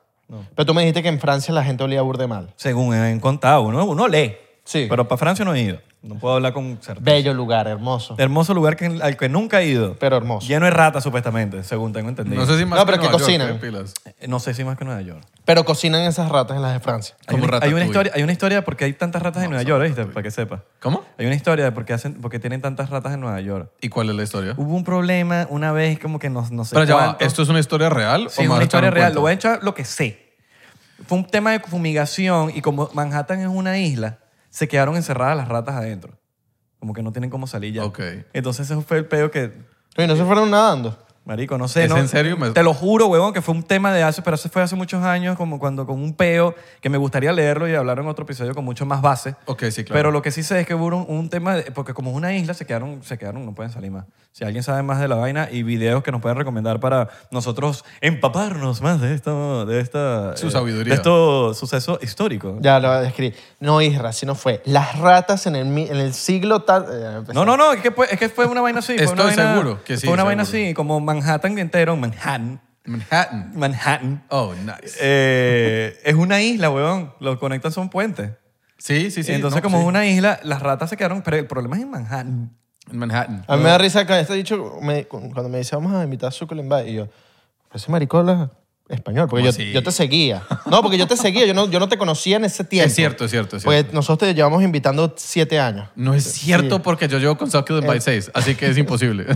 Pero tú me dijiste que en Francia la gente olía burde mal. Según me han contado, uno, uno lee. Sí. Pero para Francia no he ido. No puedo hablar con certeza. Bello lugar, hermoso. Hermoso lugar que- al que nunca he ido. Pero hermoso. Lleno de ratas, supuestamente, según tengo entendido. No sé si más No, pero ¿qué que Nueva York, cocinan? ¿eh, pilas? Eh, No sé si más que Nueva York. Pero cocinan esas ratas en las de Francia. Hay una, Como hay una Ratatouille. historia, hay una historia porque hay tantas ratas en Nueva York, ¿viste? Para que sepa. ¿Cómo? Hay una historia de por qué hacen, porque tienen tantas ratas en Nueva York. ¿Y cuál es la historia? Hubo un problema una vez como que no, no sé Pero ya va, cuánto. ¿esto es una historia Sí, real? o es me una van a echar historia un real. cuento? Lo voy a echar lo que sé. Fue un tema de fumigación y como Manhattan es una isla, se quedaron encerradas las ratas adentro. Como que no tienen cómo salir ya. Ok. Entonces ese fue el peo que... Oye, no se fueron nadando. Marico, no sé. ¿Es no- en serio? Me- Te lo juro, huevón, que fue un tema de hace, pero eso fue hace muchos años, como cuando con un peo, que me gustaría leerlo y hablar en otro episodio con mucho más base. Ok, sí, claro. Pero lo que sí sé es que hubo un, un tema, de- porque como es una isla, se quedaron, se quedaron, no pueden salir más. Si alguien sabe más de la vaina y videos que nos pueden recomendar para nosotros empaparnos más de esto, de esta... Su eh, De sabiduría. esto suceso histórico. Ya lo describí. No, Isra, sino fue. Las ratas en el, mi- en el siglo tal. eh, No, no, no, es que fue, es que fue una vaina así. fue una Estoy vaina- seguro que sí, Fue una vaina seguro. así, como Manhattan entero, Manhattan, Manhattan. Manhattan. Oh, nice. Eh, es una isla, huevón. Lo conectan son puentes. sí, sí, sí. Entonces, no, como sí. es una isla, las ratas se quedaron, pero el problema es en Manhattan. En Manhattan. A mí me da risa que este dicho, me- cuando me dice, vamos a invitar a Suculent Bay", y yo, pues ese maricola español, porque yo, ¿Cómo así? yo te seguía. No, porque yo te seguía, yo no, yo no te conocía en ese tiempo. Es cierto, es cierto, es Porque cierto. nosotros te llevamos invitando siete años. no es cierto Sí. porque yo llevo con Succulent by 6, así que es imposible.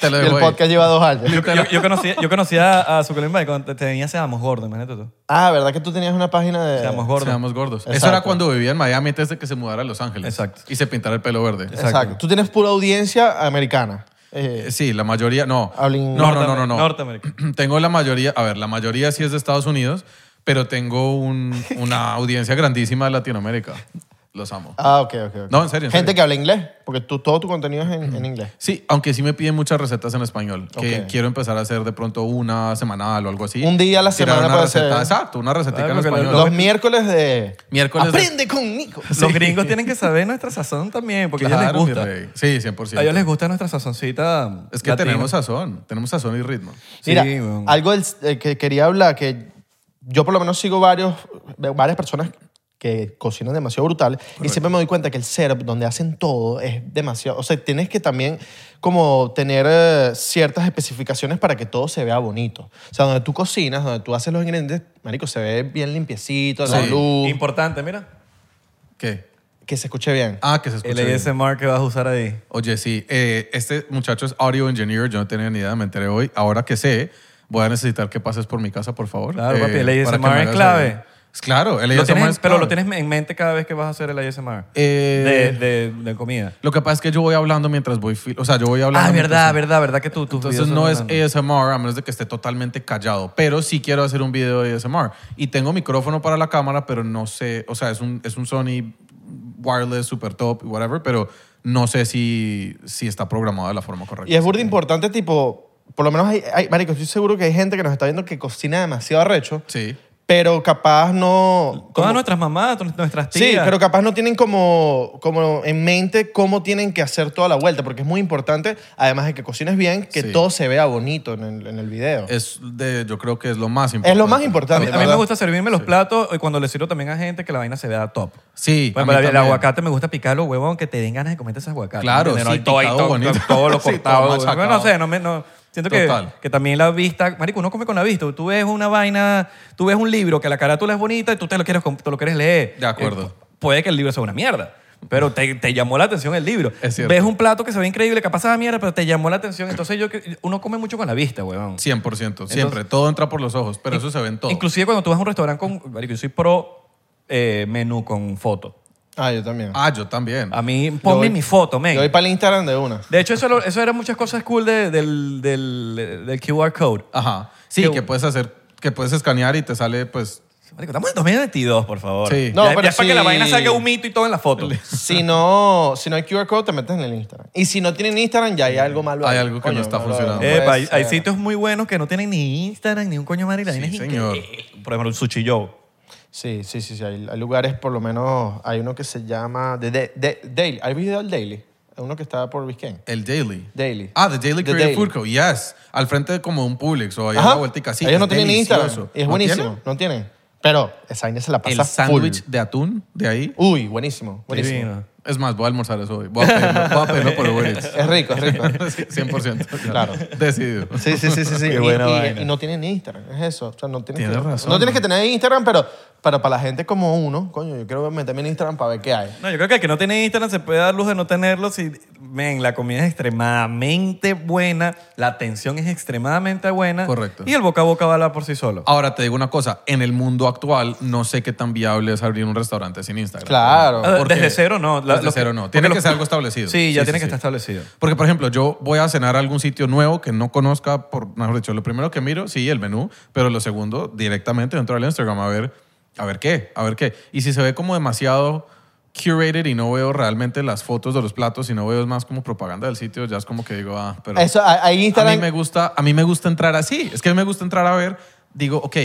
Te lo Y el dejo ahí. podcast lleva dos años. Yo, yo, yo conocía, yo conocía a Suculent Bay cuando te- tenía Seamos Gordo, imagínate tú. Ah, ¿verdad que tú tenías una página de...? Seamos Gordo. Eh, Seamos gordos. Eso Exacto. era cuando vivía en Miami antes de que se mudara a Los Ángeles. Exacto. Y se pintara el pelo verde. Exacto. Tú tienes pura audiencia americana. Eh, Eh, Sí, la mayoría, no. No, Habla inglés. no, no, no, no. *laughs* Norteamérica. *clears throat* Tengo la mayoría, a ver, la mayoría sí es de Estados Unidos, pero tengo un- *laughs* una audiencia grandísima de Latinoamérica. Los amo. ah, ok, ok. ok. No, en serio, en Gente serio. que habla inglés, porque tú, todo tu contenido es en, en inglés. Sí, aunque sí me piden muchas recetas en español, que Ok. quiero empezar a hacer de pronto una semanal o algo así. Un día a la Tirar semana una puede receta, ser. Exacto, una recetica Claro, en Ah, porque lo- español. Ah, lo- Los miércoles de... Miércoles de- Aprende con Nico. Los gringos tienen que saber nuestra sazón también, porque a Claro, ellos les mi gusta. rey. Sí, 100%. A ellos les gusta nuestra sazoncita. Es que latina. tenemos sazón, tenemos sazón y ritmo. Sí, Mira, weón. algo del- eh, que quería hablar, que yo por lo menos sigo varios, varias personas que cocinan demasiado brutal y siempre me doy cuenta que el setup donde hacen todo es demasiado, o sea, tienes que también como tener eh, ciertas especificaciones para que todo se vea bonito. O sea, donde tú cocinas, donde tú haces los ingredientes, marico, se ve bien limpiecito, la Sí. luz, Importante, mira. ¿Qué? que se escuche bien. Ah, que se escucha El bien. ASMR que vas a usar ahí. Oye, sí, eh, este muchacho es audio engineer, yo no tenía ni idea, me enteré hoy. Ahora que sé, voy a necesitar que pases por mi casa, por favor. Claro, Eh, papi, el para ASMR que es me hagas clave. el- Es claro, el Lo ASMR tienes- es pero lo clave. tienes en mente cada vez que vas a hacer el ASMR. Eh, de, de, de comida. Lo que pasa es que yo voy hablando mientras voy, fil- o sea, yo voy hablando. Ah, mientras- verdad, verdad, verdad que tú. tus Entonces videos no son es eh, grandes. ASMR a menos de que esté totalmente callado, pero sí quiero hacer un video de ASMR. Y tengo micrófono para la cámara, pero no sé, o sea, es un, es un Sony wireless, super top, whatever, pero no sé si, si está programado de la forma correcta. Y es burda importante, tipo, por lo menos hay, hay- marico, estoy seguro que hay gente que nos está viendo que cocina demasiado arrecho, Sí. pero capaz no... Todas como- nuestras mamás, tu- nuestras tías. Sí, pero capaz no tienen como, como en mente cómo tienen que hacer toda la vuelta, porque es muy importante, además de que cocines bien, que Sí. Eh, todo se vea bonito en el, en el video. Es, Es de, yo creo que es lo más importante. lo más A importante. mí, a mí me ¿verdad? gusta servirme los platos y cuando le sirvo también a gente que la vaina se vea top. Sí. Por a ejemplo, el- mí Pues el también. aguacate me gusta picarlo, huevón, que te den ganas de comerte ese aguacate. Claro, ¿entiendes? No, sí, y todo, y picado todo, bonito. todo lo *laughs* Sí, todo cortado. machacado. Bueno, no sé, no me... no- siento que, Total. que también la vista... Marico, uno come con la vista. Tú ves una vaina... Tú ves un libro que la carátula es bonita y tú te lo quieres, comp- te lo quieres leer. De acuerdo. Eh, pu- puede que el libro sea una mierda. Pero te, te llamó la atención el libro. Es cierto. Ves un plato que se ve increíble, capaz es una mierda, pero te llamó la atención. Entonces yo, que- uno come mucho con la vista, huevón. 100%, siempre. Todo entra por los ojos, pero eso se ve en todo. Inclusive cuando tú vas a un restaurante con... marico, yo soy pro eh, menú con foto. Ah, yo también. Ah, yo también. A mí, ponme doy- mi foto, men. yo voy para el Instagram de *laughs* una. De hecho, eso, lo- eso era muchas cosas cool de- del, del- del QR code. Ajá. Sí, Qué que bu- puedes hacer, que puedes escanear y te sale, pues, Marico, estamos en 2022, por favor. Sí. Ya- No, ya pero es para que sí. la vaina saque un mito y todo en la *laughs* foto. Si no, si no hay QR code, te metes en el Instagram. Y si no tienen Instagram, ya hay algo malo. Eh, Hay ahí. algo que no está brother, funcionando. puede Epa, hay, hay ser. sitios muy buenos que no tienen ni Instagram ni un coño madre y la Sí, vaina es señor. increíble. Por ejemplo, el Sushi Joe. Sí, sí, sí, sí. Hay, hay lugares, por lo menos, hay uno que se llama The Da- Da- Daily. ¿Has visto el Daily? Hay uno que está por Biscayne. el daily. Daily. Ah, the daily The creative Daily. food co. Yes. Al frente de como un Publix o ahí a Ajá. la vueltica. Sí, Ellos no es tienen delicioso. Instagram. Y es ¿No buenísimo. tienen? No tienen. Pero esa vaina se la pasa El sándwich full. de atún de ahí. Uy, buenísimo. buenísimo. Divino. Es más, voy a almorzar eso hoy. Voy a pedirlo, voy a pedirlo por Uber Eats. Es rico, es rico. *laughs* 100%. Claro. Decidido. Sí, sí, sí, sí. sí. *laughs* Qué Y, buena y- vaina. y no tienen Instagram. Es eso. O sea, no tienes, Tienes que, razón. No tienes que tener Instagram, pero Pero para la gente como uno, coño, yo quiero meterme en Instagram para ver qué hay. No, yo creo que el que no tiene Instagram se puede dar luz de no tenerlo si, men, la comida es extremadamente buena, la atención es extremadamente buena. Correcto. Ah, Y el boca a boca va a hablar por sí solo. Ahora te digo una cosa, en el mundo actual no sé qué tan viable es abrir un restaurante sin Instagram. Claro. Ah, Porque- desde cero no. La- desde lo que- cero no. porque Tiene lo- que ser algo establecido. Sí, ya Sí, tiene sí, que sí. estar establecido. Porque, por ejemplo, yo voy a cenar a algún sitio nuevo que no conozca, por, mejor dicho, lo primero que miro, sí, el menú, pero lo segundo, directamente dentro del Instagram, a ver, a ver qué, a ver qué. Y si se ve como demasiado curated y no veo realmente las fotos de los platos y no veo más como propaganda del sitio, ya es como que digo, ah, pero Eso, a- ahí a Instagram. mí me gusta, a mí me gusta entrar así. Es que a mí me gusta entrar a ver, digo, ok,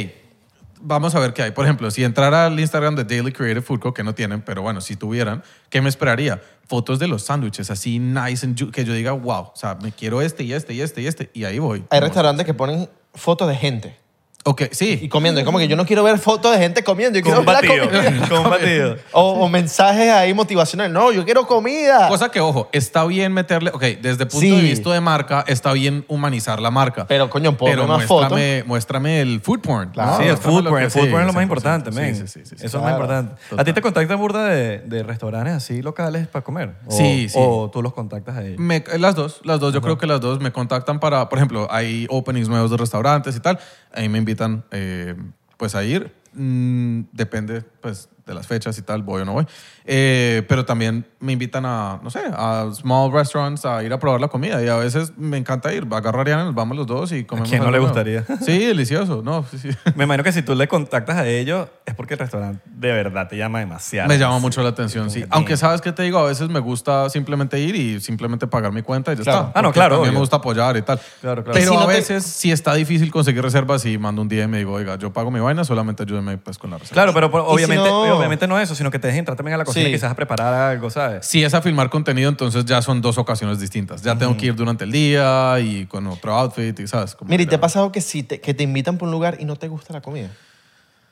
vamos a ver qué hay. Por ejemplo, si entrara al Instagram de Daily Creative Food Co, que no tienen, pero bueno, si tuvieran, ¿qué me esperaría? Fotos de los sándwiches así nice and ju- que yo diga, wow, o sea, me quiero este y este y este y este y ahí voy. Hay restaurantes que ponen fotos de gente Ok, sí. y comiendo. Es como que yo no quiero ver fotos de gente comiendo. Yo quiero Con ver la batido. *laughs* comida. *laughs* Con batido. O, o mensajes ahí motivacionales. No, yo quiero comida. Cosa que, ojo, está bien meterle, ok, desde el punto Sí. de vista de marca, está bien humanizar la marca. Pero, coño, ponme Pero una foto. muéstrame, muéstrame el food porn. Claro. ¿no? sí, el Muéstrame food Ah, lo porn, que- el food sí, porn es lo más 100%. importante, Sí, men. sí, sí, sí, sí. Eso es lo Claro. más importante. ¿A ti te contactan burda de, de restaurantes así locales para comer? O- Sí, Mm. sí. ¿O tú los contactas a ellos? Me- las dos, las dos. Yo creo que las dos me contactan para, por ejemplo, hay openings nuevos de restaurantes y tal. Ahí me invitan, eh, pues, a ir. Mm, depende, pues, de las fechas y tal, voy o no voy. Eh, pero también me invitan a, no sé, a small restaurants a ir a probar la comida. Y a veces me encanta ir. Agarro a Ariana, nos vamos los dos y comemos. quién no algo le gustaría? nuevo. Sí, delicioso. No, sí, sí. Me imagino que si tú le contactas a ellos es porque el restaurante de verdad te llama demasiado. Me llama mucho la atención, sí. como que, Aunque damn. sabes que te digo, a veces me gusta simplemente ir y simplemente pagar mi cuenta y ya Claro. está. Ah, no, Porque claro, También obvio. me gusta apoyar y tal. Claro, claro. Pero Y si a no te- veces, si está difícil conseguir reservas, y mando un día y me digo, oiga, yo pago mi vaina, solamente ayúdeme pues, con la reserva. Claro, pero por- si obviamente, no? obviamente no eso, sino que te dejen entrar también a la cocina Sí. quizás a preparar algo, ¿sabes? Si es a filmar contenido, entonces ya son dos ocasiones distintas. Ya tengo que ir durante el día y con otro outfit y, ¿sabes? Como Mira, ¿y que te ha ya- pasado que, si te, que te invitan por un lugar y no te gusta la comida?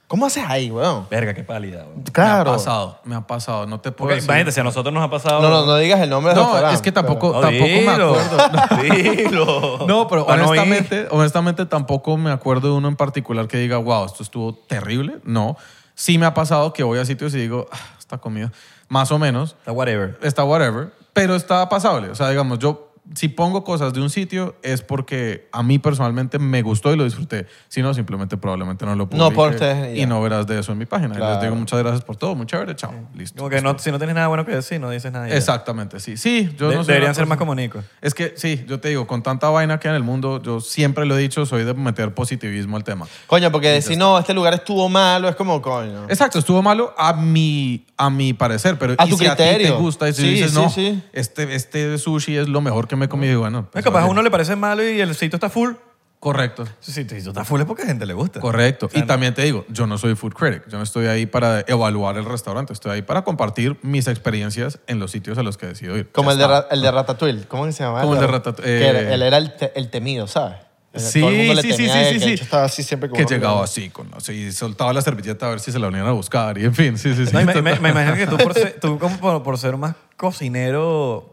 ¿Cómo haces ahí, weón? Verga, qué pálida. weón. Claro. Me ha pasado, me ha pasado. No te puedo Porque decir. imagínate, si a nosotros nos ha pasado... No, no, no digas el nombre del *laughs* No, restaurante, es que pero- tampoco, No, tampoco me dilo. acuerdo. *laughs* Dilo. *laughs* No, pero Para ir. honestamente, honestamente tampoco me acuerdo de uno en particular que diga, wow, esto estuvo terrible. No. Sí me ha pasado que voy a sitios y digo, "Ah, esta comida, más o menos, Está whatever. está whatever, pero está pasable. O sea, digamos, yo si pongo cosas de un sitio es porque a mí personalmente me gustó y lo disfruté. Si no, simplemente probablemente no lo publique No, por ustedes, y ya. no verás de eso en mi página. Y Claro. Les digo muchas gracias por todo, muy chévere, chao, listo. Como que no, si no tienes nada bueno que decir, no dices nada. y ya. Exactamente, sí. Sí, yo De- no soy una deberían ser más persona- comunicos. es que sí, yo te digo, con tanta vaina que hay en el mundo, yo siempre lo he dicho, soy de meter positivismo al tema. Coño, porque decir, no, este lugar estuvo malo, es como, coño. Exacto, estuvo malo a mi, a mi parecer, pero A y tu si a ti te criterio. gusta y si Sí, dices, sí, no, sí. Este, este sushi es lo mejor que me he comido, y bueno. No, pues, capaz a oye, uno le parece malo y el sitio está full. Correcto. Si el sitio está full es porque a gente le gusta. Correcto. Y también te digo, yo no soy food critic, yo no estoy ahí para evaluar el restaurante, estoy ahí para compartir mis experiencias en los sitios a los que decido ir. Como Ya el de, está. Ra- el de Ratatouille. ¿Cómo que se llamaba? Como el de Ratatouille, Que eh. era- él era el, te- el temido, ¿sabes? Sí, Todo el mundo le sí, sí, temía sí, a él, sí, que sí. el bicho estaba así siempre con Que una- llegaba así, con, así, soltaba la servilleta a ver si se la venían a buscar y en fin, sí, sí, sí. No, y me, me- me imagino que tú, *laughs* por ser, tú como por, por ser más cocinero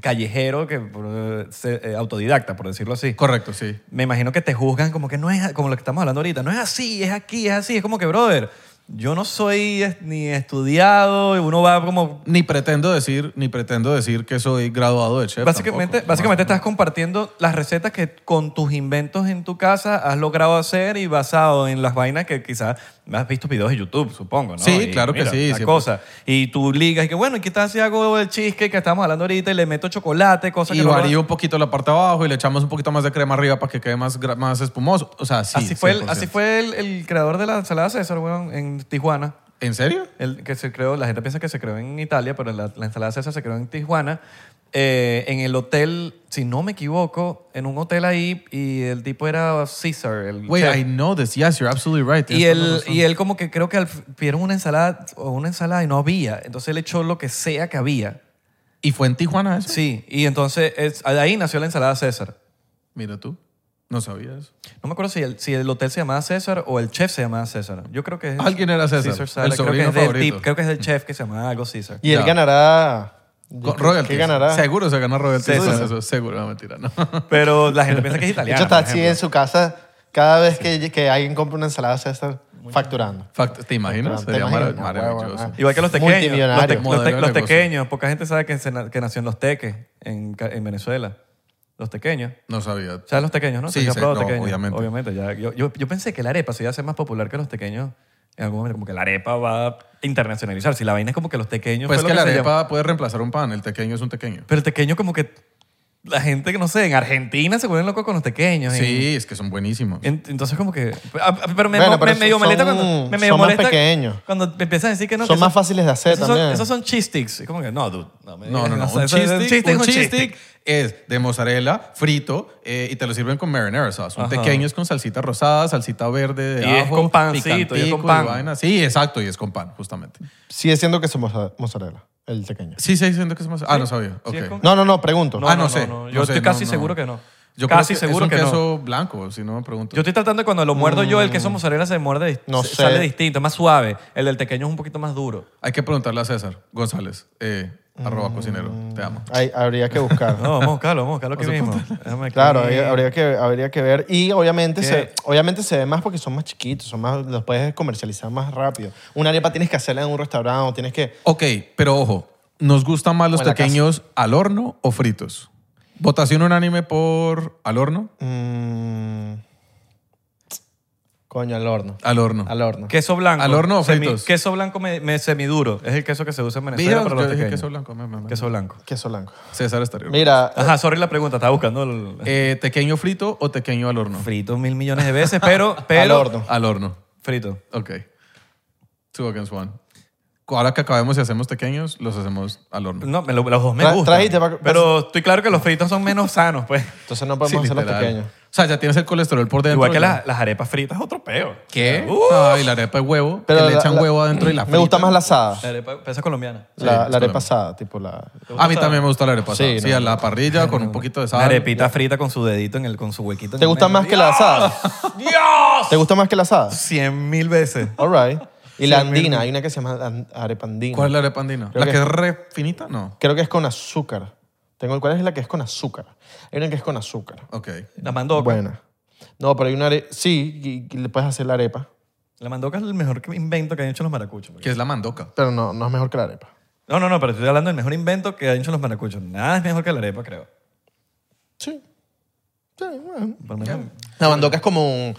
callejero que por, eh, ser, eh, autodidacta, por decirlo así. Correcto, sí. me imagino que te juzgan como que no es como lo que estamos hablando ahorita, no es así, es aquí, es así, es como que, brother, yo no soy es- ni estudiado, y uno va como Ni pretendo decir, ni pretendo decir que soy graduado de chef. básicamente tampoco. básicamente estás compartiendo las recetas que con tus inventos en tu casa has logrado hacer y basado en las vainas que quizás has visto videos de YouTube, supongo, ¿no? Sí, Y claro que mira, sí, la sí, cosa. Y tú ligas y que bueno, ¿y qué tal si hago el cheesecake que estamos hablando ahorita y le meto chocolate, cosas Y que no- varío un poquito la parte de abajo y le echamos un poquito más de crema arriba para que quede más, gra- más espumoso. O sea, sí. así fue, el, 100%. así fue el, el creador de la ensalada César, weón, en Tijuana. ¿En serio? El que se creó, la gente piensa que se creó en Italia, pero la, la ensalada César se creó en Tijuana. eh, en el hotel, si no me equivoco, en un hotel ahí, y el tipo era César. El Wait, chef. I know this. Yes, you're absolutely right. y, Tienes toda la él, razón. y él como que creo que al- pidieron una ensalada o una ensalada y no había. Entonces él echó lo que sea que había. ¿Y fue en Tijuana eso? Sí, y entonces es- de ahí nació la ensalada César. Mira tú. No sabía eso. No me acuerdo si el, si el hotel se llamaba César o el chef se llamaba César. Yo creo que es... Alguien era César, Sala, el creo, que sobrino es del favorito. tip- creo que es del chef que se llamaba algo César. Y él Ya. ganará. Con royalties. ¿Qué ganará? Seguro se ganó royalties César. con eso. Seguro, no, mentira, no. *laughs* Pero la gente piensa que es De italiano. hecho, está por así ejemplo. en su casa. Cada vez que, que alguien compra una ensalada César, facturando. Fact- ¿Te imaginas? Facturando. Sería ¿Te ah. marav- imaginas? maravilloso. Huevona. Igual que los tequeños. Los, te- Multimillonario. los te- Modelo de los negocio. tequeños. Poca gente sabe que, se na- que nacieron los teques en, ca- en Venezuela. Los tequeños. No sabía. ¿Sabes los tequeños, no? Sí, Sergio sí, Prado, no, tequeños. obviamente. ya. Yo, yo, yo pensé que la arepa se iba a hacer más popular que los tequeños en algún momento. Como que la arepa va a internacionalizar. Si la vaina es como que los tequeños. Pues fue que lo la se llamó. arepa puede reemplazar un pan. El tequeño es un tequeño. Pero el tequeño, como que la gente que no sé, en Argentina se vuelven locos con los tequeños. Sí, es que son buenísimos. En- en- entonces, como que. ah, ah, Pero me, Bueno, me- pero medio son- molesta cuando. Me medio son más molesta pequeños. Cuando me empiezan a decir que no. Son que más fáciles de hacer esos Son, también. esos son cheese sticks. Es como que, no, dude. No, me No, digas, no, no. o sea, Un eso es- cheese stick, es un cheese stick. stick es de mozzarella, frito, eh, y te lo sirven con marinara sauce. Un Ajá. tequeño es con salsita rosada, salsita verde de Y es ajo, con pancito, y es con picantico pan. vaina. Sí, exacto, y es con pan, justamente. Sigue siendo que es moza- mozzarella, el pequeño. Sí, sí, diciendo que es más... Ah, no sabía. Sí, es Ok. con- No, no, no, pregunto. Ah, no sé, Yo no sé, estoy casi no, no. seguro que no. Yo creo casi que seguro es un que no. queso blanco, si no me pregunto. Yo estoy tratando de cuando lo muerdo yo, el queso mozzarella se muerde, dist- Mm. No se- sé. sale distinto, es más suave. El del tequeño es un poquito más duro. Hay que preguntarle a César González, eh, arroba Mm. cocinero. Te amo. Hay- habría que *laughs* buscar. No, vamos a buscarlo, vamos a buscarlo aquí mismo. Déjame aquí. Claro, hay- habría que, habría que ver. Y obviamente ¿Qué? se, obviamente se ve más porque son más chiquitos, son más, los puedes comercializar más rápido. Una arepa tienes que hacerla en un restaurante o tienes que... Ok, pero ojo, ¿nos gustan más los O en la pequeños al horno o fritos? Votación unánime por al horno. mm, coño, al horno. Al horno. Al horno. Queso blanco. ¿Al horno o semi- fritos? queso blanco me, me- semiduro. Es el queso que se usa en Dije, Venezuela para los yo dije tequeños. queso Queso, blanco. me- me- me- blanco. Queso blanco. César estaría. Mira, Ajá, sorry la pregunta, estaba buscando el Eh, ¿Tequeño frito o tequeño al horno? frito mil millones de veces, pero... *laughs* pero Al horno. Al horno. Frito. Ok. Two against one. Ahora que acabemos y hacemos tequeños, los hacemos al horno. No, me lo- los dos me Tra- gustan. trajiste pa- pero estoy claro que los fritos son menos sanos, *laughs* pues. entonces no Sí, podemos hacer los literal. pequeños. O sea, ya tienes el colesterol por dentro. Igual que ya. las- las arepas fritas es otro peo. ¿Qué? Uh, Ay, la arepa de huevo. Pero que le la- echan la- huevo adentro y la Me gusta fritan. más la asada. la arepa, pesa colombiana. La, es la arepa colombiana. asada, tipo la... A mí también me gusta la arepa. Sí, asada. Sí, no. a la parrilla con un poquito de sal. Una arepita frita con su dedito en el, con su huequito. en ¿Te el gusta medio. más que la asada? *laughs* ¡Dios! ¿Te gusta más que la asada? Cien mil veces. All right. Y la Sí, mira. andina, hay una que se llama an- arepa andina. ¿Cuál es la arepa andina? Creo ¿La que- que es re finita? No. Creo que es con azúcar. Tengo, ¿Cuál es la que es con azúcar? Hay una que es con azúcar. Ok. La mandoca. Buena. No, pero hay una arepa. Sí, y- y le puedes hacer la arepa. La mandoca es el mejor que- invento que han hecho los maracuchos. pues. Que es la mandoca. Pero no, no es mejor que la arepa. No, no, no, pero estoy hablando del mejor invento que han hecho los maracuchos. Nada es mejor que la arepa, creo. Sí. Sí, bueno. Por lo menos- La mandoca es como un.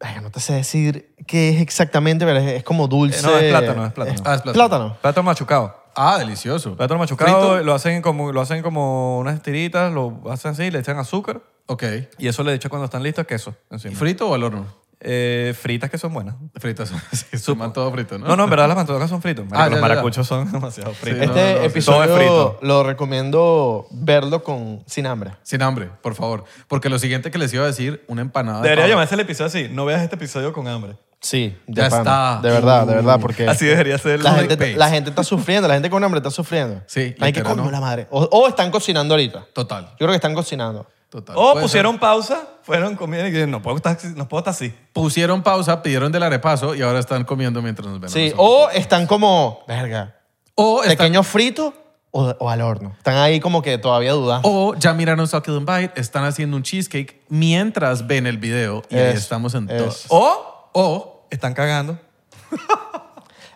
Ay, no te sé decir qué es exactamente, pero es, es como dulce. Eh, no, es plátano, es plátano. Ah, es plátano. plátano. Plátano machucado. Ah, delicioso. Plátano machucado lo hacen, como, lo hacen como unas tiritas, lo hacen así, le echan azúcar Ok. y eso le echan cuando están listos queso ¿Y encima. ¿Frito o al horno? Eh, fritas que son buenas. Fritas. *laughs* Sí, suman todo frito, ¿no? No, no, en verdad las mandocas son fritos. los Ah, ya, ya, ya. maracuchos son *laughs* demasiado fritos. Sí, no, Este no, no, sí. Todo es episodio frito. lo recomiendo verlo con, sin hambre. Sin hambre, por favor. Porque lo siguiente que les iba a decir, una empanada. de Debería pavo. llamarse el episodio así. No veas este episodio con hambre. Sí, de Ya pana. está. De verdad, de verdad, Uh. porque. Así debería ser. La el- gente, clickbait. la gente está sufriendo, la gente con hambre está sufriendo. Sí, Hay que literal, comer ¿no? la madre. O, o están cocinando ahorita. Yo Total, creo que están cocinando. total. O Puede pusieron pausa, fueron comiendo y dijeron, no puedo estar, así- no puedo estar así. ser. Pusieron pausa, pidieron del arepazo y ahora están comiendo mientras nos ven. a Sí, nosotros. o están como, verga, O, están- pequeño frito o, o al horno. Están ahí como que todavía dudas. o ya miraron Suck It and Bite, están haciendo un cheesecake mientras ven el video y ahí Eso, estamos en eso. todas. O O están cagando.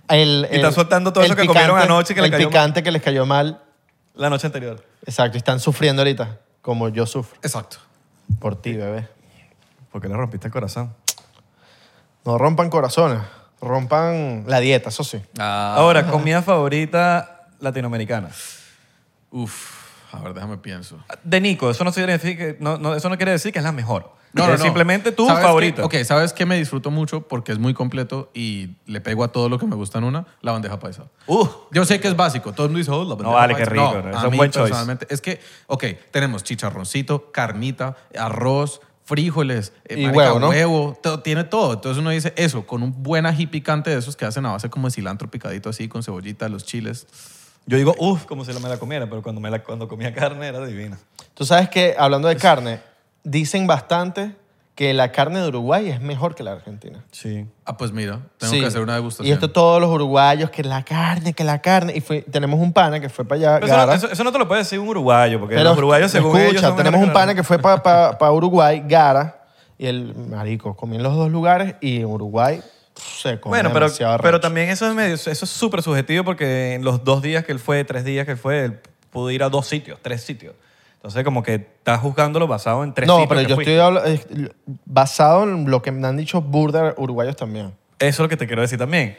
El, Y están el- soltando todo el eso que comieron anoche que les el cayó mal. picante que les cayó mal. La noche anterior. Exacto, y están sufriendo ahorita, como yo sufro. Exacto. Por ti, bebé. Porque le rompiste el corazón. No rompan corazones, rompan la dieta, eso sí. Ah, Ahora, comida favorita latinoamericana. Uf, a ver, déjame pienso. De Nico, eso no, significa, que- no, no, eso no quiere decir que es la mejor. No, Es no, no. Simplemente tu ¿Sabes favorita. qué? ok, ¿sabes qué me disfruto mucho? Porque es muy completo y le pego a todo lo que me gusta en una, la bandeja paisa. Uh, Yo sé que es básico. Todo el mundo dice, oh, la bandeja vale, paisa. qué rico, ¿no? a Es un mí buen choice. personalmente, Es que, ok, tenemos chicharroncito, carnita, arroz, frijoles, eh, Y marica, huevo, ¿no? huevo, todo- tiene todo. Entonces uno dice eso, con un buen ají picante de esos que hacen a base como de cilantro picadito así, con cebollita, los chiles. yo digo, uff, como si la- me la comiera, pero cuando, me la, cuando comía carne era divina. Tú sabes que, hablando de carne, dicen bastante que la carne de Uruguay es mejor que la argentina. Sí. Ah, pues mira, tengo Sí. que hacer una degustación. Y esto todos los uruguayos, que la carne, que la carne. Y fue- tenemos un pana que fue para allá. Pero eso, no- Gara. eso, eso no te lo puede decir un uruguayo, porque Pero los uruguayos, según escucha, ellos. son tenemos una- un pana que fue para Uruguay, Gara, Y el marico, comí en los dos lugares y en Uruguay pff, se come Bueno, pero, demasiado arrecho. pero también eso es medio, eso es súper subjetivo porque en los dos días que él fue, tres días que él fue, él pudo ir a dos sitios, tres sitios. Entonces, como que estás juzgándolo basado en tres No, sitios. pero que yo fuiste. estoy habla- eh, basado en lo que me han dicho burda uruguayos también. Eso es lo que te quiero decir también.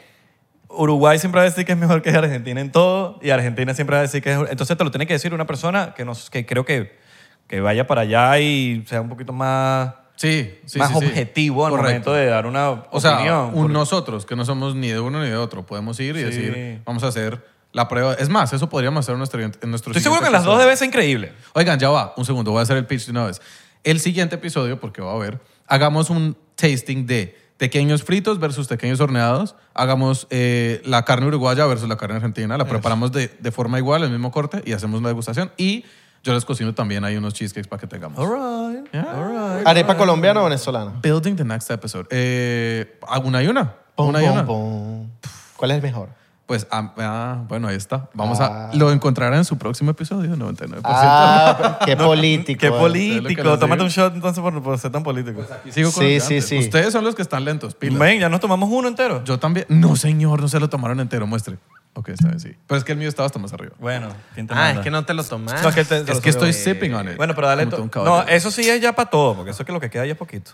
Uruguay siempre va a decir que es mejor que Argentina en todo y Argentina siempre va a decir que es... Entonces te lo tiene que decir una persona que, nos, que creo que, que vaya para allá y sea un poquito más, Sí, sí, más sí, sí. objetivo al Correcto. momento de dar una O sea, opinión. un porque- nosotros, que no somos ni de uno ni de otro, podemos ir y Sí. decir, vamos a hacer la prueba. Es más, eso podríamos hacer en nuestro, en nuestro Estoy seguro que siguiente las dos episodio. debe ser increíble. Oigan, ya va, un segundo, voy a hacer el pitch de una vez. El siguiente episodio, porque va a haber, hagamos un tasting de tequeños fritos versus tequeños horneados, hagamos eh, la carne uruguaya versus la carne argentina, la preparamos de, de forma igual, el mismo corte, y hacemos una degustación. Y yo les cocino también ahí unos cheesecakes para que tengamos. All right, Yeah. all right. ¿Arepa colombiana o venezolana? Building the next episode. Eh, ¿Alguna y una? Pum, ¿Una y pum, una? pum. ¿Cuál es el mejor? Pues, ah, ah, bueno, ahí está. Vamos Ah. a... Lo encontrarán en su próximo episodio, 99%. Ah, *laughs* qué político. Qué eh. es lo que político. les Tómate digo. Pues un shot entonces por, por ser tan político. Aquí sigo con Sí, el de sí, antes. sí. Ustedes son los que están lentos, pilas. Ven, ya nos tomamos uno entero. Yo también. No, señor, no se lo tomaron entero, muestre. Ok, está bien, sí. Pero es que el mío estaba hasta más arriba. Bueno, ¿quién te Ah, es manda? que no te lo tomas. No, Este es que, te- te Es lo que subió. estoy sipping on it. Bueno, pero dale. Ah. Como to- todo un No, caballero. eso sí es ya para todo, porque eso es que lo que queda ya es poquito.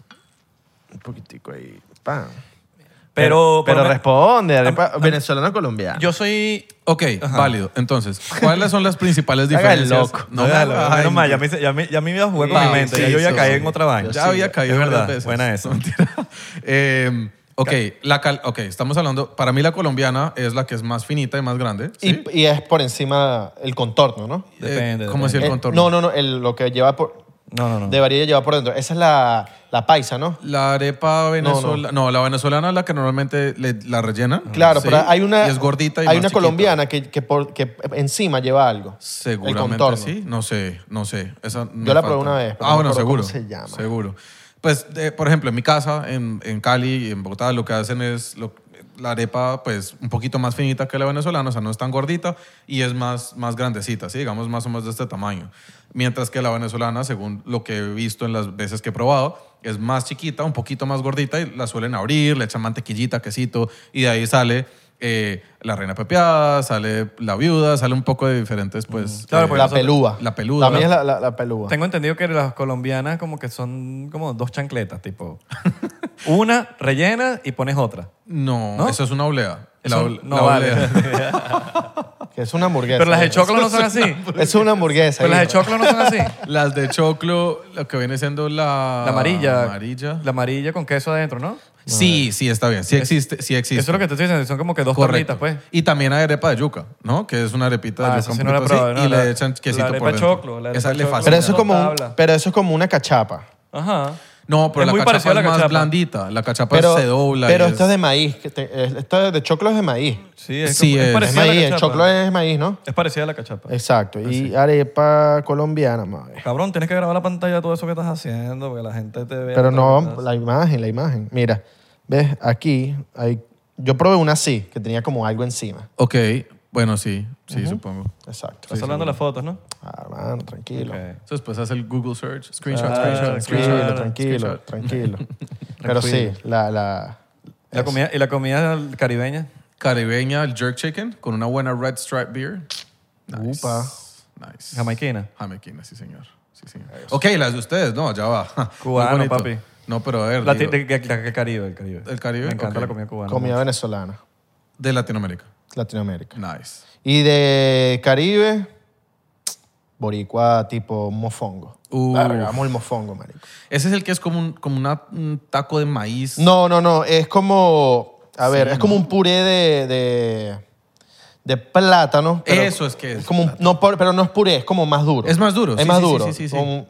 Un poquitico ahí. pam. pero Pero, por lo men- responde, arepa- Venezolano colombiano. eh, yo soy. Ok, válido. Entonces, ¿cuáles son las principales Haga el diferencias? loco. No, ya, me- lo- ay, menos mal, ya me, hice- ya, me, ya me iba a jugar con Sí, mi mente. sí, ya yo ya sí, caí sí. en otra vaina. Ya había caído Es varias verdad. veces. Buena *laughs* esa. *laughs* Mentira. Eh, ok, la cal- ok, estamos hablando. Para mí, la colombiana es la que es más finita y más grande. Y, ¿sí? Eh, y es por encima el contorno, ¿no? Depende, depende. ¿Cómo así el Eh, contorno? No, no, no, el- lo que lleva por... No, no, no. Debería llevar por dentro. Esa es la, la paisa, ¿no? La arepa venezolana. No, la venezolana es la que normalmente le- la rellenan. Claro, sí, pero hay una... Y es gordita y Hay más una chiquita. colombiana que, que, por- que encima lleva algo. el Seguramente contorno. sí. No sé, no sé. Esa me Yo la probé falta. una vez, pero Ah, no bueno, me acuerdo seguro. cómo se llama. Seguro. Pues, eh, por ejemplo, en mi casa, en, en Cali y en Bogotá, lo que hacen es lo- la arepa, pues, un poquito más finita que la venezolana, o sea, no es tan gordita y es más, más grandecita, ¿sí? Digamos, más o menos de este tamaño. Mientras que la venezolana, según lo que he visto en las veces que he probado, es más chiquita, un poquito más gordita y la suelen abrir, le echan mantequillita, quesito y de ahí sale... eh, la reina pepeada, sale la viuda, sale un poco de diferentes, pues. Claro, eh, porque La nosotros- pelúa. la peluda. La mía es la, la- la pelúa. Tengo entendido que las colombianas como que son como dos chancletas, tipo. *laughs* una rellena y pones otra. No, ¿No? eso es una oblea. La, Eso ol- no la vale. oblea. Que es una hamburguesa. Pero las de choclo no son *laughs* así. *laughs* Es una hamburguesa. Pero las de hijo. choclo no son así. Las de choclo, lo que viene siendo la... La amarilla. Ah, amarilla. La amarilla con queso adentro, ¿no? Sí, sí, está bien. Sí existe, sí existe. Eso es lo que te estoy diciendo. Son como que dos Correcto. torritas, pues. Y también hay arepa de yuca, ¿no? Que es una arepita de Ah, yuca esa un sí no la he poquito así, probado, no, y la- le echan quesito la por arepa dentro. choclo, la arepa Esa le choclo. Pero fascina. eso, es como un- Tabla. pero eso es como una cachapa. Ajá. No, pero Es la muy cachapa parecido a es la más cachapa. blandita. La cachapa Pero, Pues se dobla. y pero es- esto es de maíz. que te- es- Esto de choclo es de maíz. Sí, es, Sí, como- es. Es parecida a la maíz, el cachapa. Pues choclo es maíz, ¿no? Es parecida a la cachapa. Exacto. Y arepa colombiana, madre. Cabrón, tienes que grabar la pantalla de todo eso que estás haciendo porque la gente te ve. Pero no, la imagen, la imagen. Mira, ves, aquí hay... Yo probé una así, que tenía como algo encima. Ok, bueno, sí, sí, supongo. Exacto. Estás hablando de las fotos, ¿no? Ah, mano, tranquilo. Ok. Entonces, pues hace el Google search, screenshot, Ah, screenshot, Tranquilo, screenshot. tranquilo, *laughs* tranquilo. Pero sí, la... la La comida, ¿Y la comida caribeña? Caribeña, el jerk chicken con una buena red stripe beer. Nice. Upa. Nice. Jamaiquina. Jamaiquina, sí, señor. Sí, señor. Ok, las de ustedes, no, ya va. *laughs* Muy Cubano, bonito. papi. No, pero a ver. La, ti- digo, de- de- de- de Caribe, el Caribe. ¿El Caribe? Me encanta Ok. la comida cubana. comida venezolana, de Latinoamérica. Latinoamérica. Nice. Y de Caribe, boricua tipo mofongo. Uf. Verga, amo el mofongo, marico. Uh, Ese es el que es como un, como una- un taco de maíz. No, no, no, es como, a ver, es ¿no? como un puré de, de, de plátano. pero- Eso es que es como un- no, por- pero no es puré, es como más duro. Es más duro, Es sí, más sí, sí, duro. sí, sí, sí. como-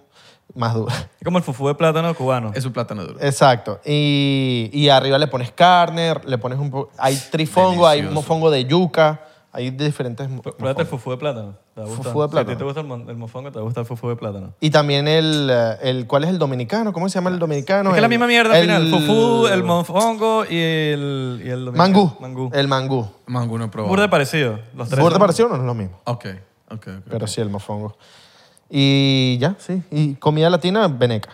más duro. *laughs* Es como el fufú de plátano cubano. Es un plátano Eh, duro. Exacto. Y, y arriba le pones carne, le pones un poco... Hay trifongo, hay Delicioso. mofongo de yuca, hay diferentes... mo- Pr- Pruébate el fufú de plátano. ¿Te va a Fufú gustar? de Si a plátano. ti te gusta el, mon- el mofongo, te gusta el fufú de plátano. Y también el, eh, el... ¿Cuál es el dominicano? ¿Cómo se llama Ah, el dominicano? es que es la El- misma mierda al final. el- Fufú, el mofongo y el... Y el dominicano. Mangú. Eh, Mangú. El mangú. Mango no he probado. Burda de parecido. Los tres. ¿Burda son- parecido no es lo mismo? Ok, ok, ok. Pero sí, el mofongo. Y ya, sí. Y comida latina, veneca.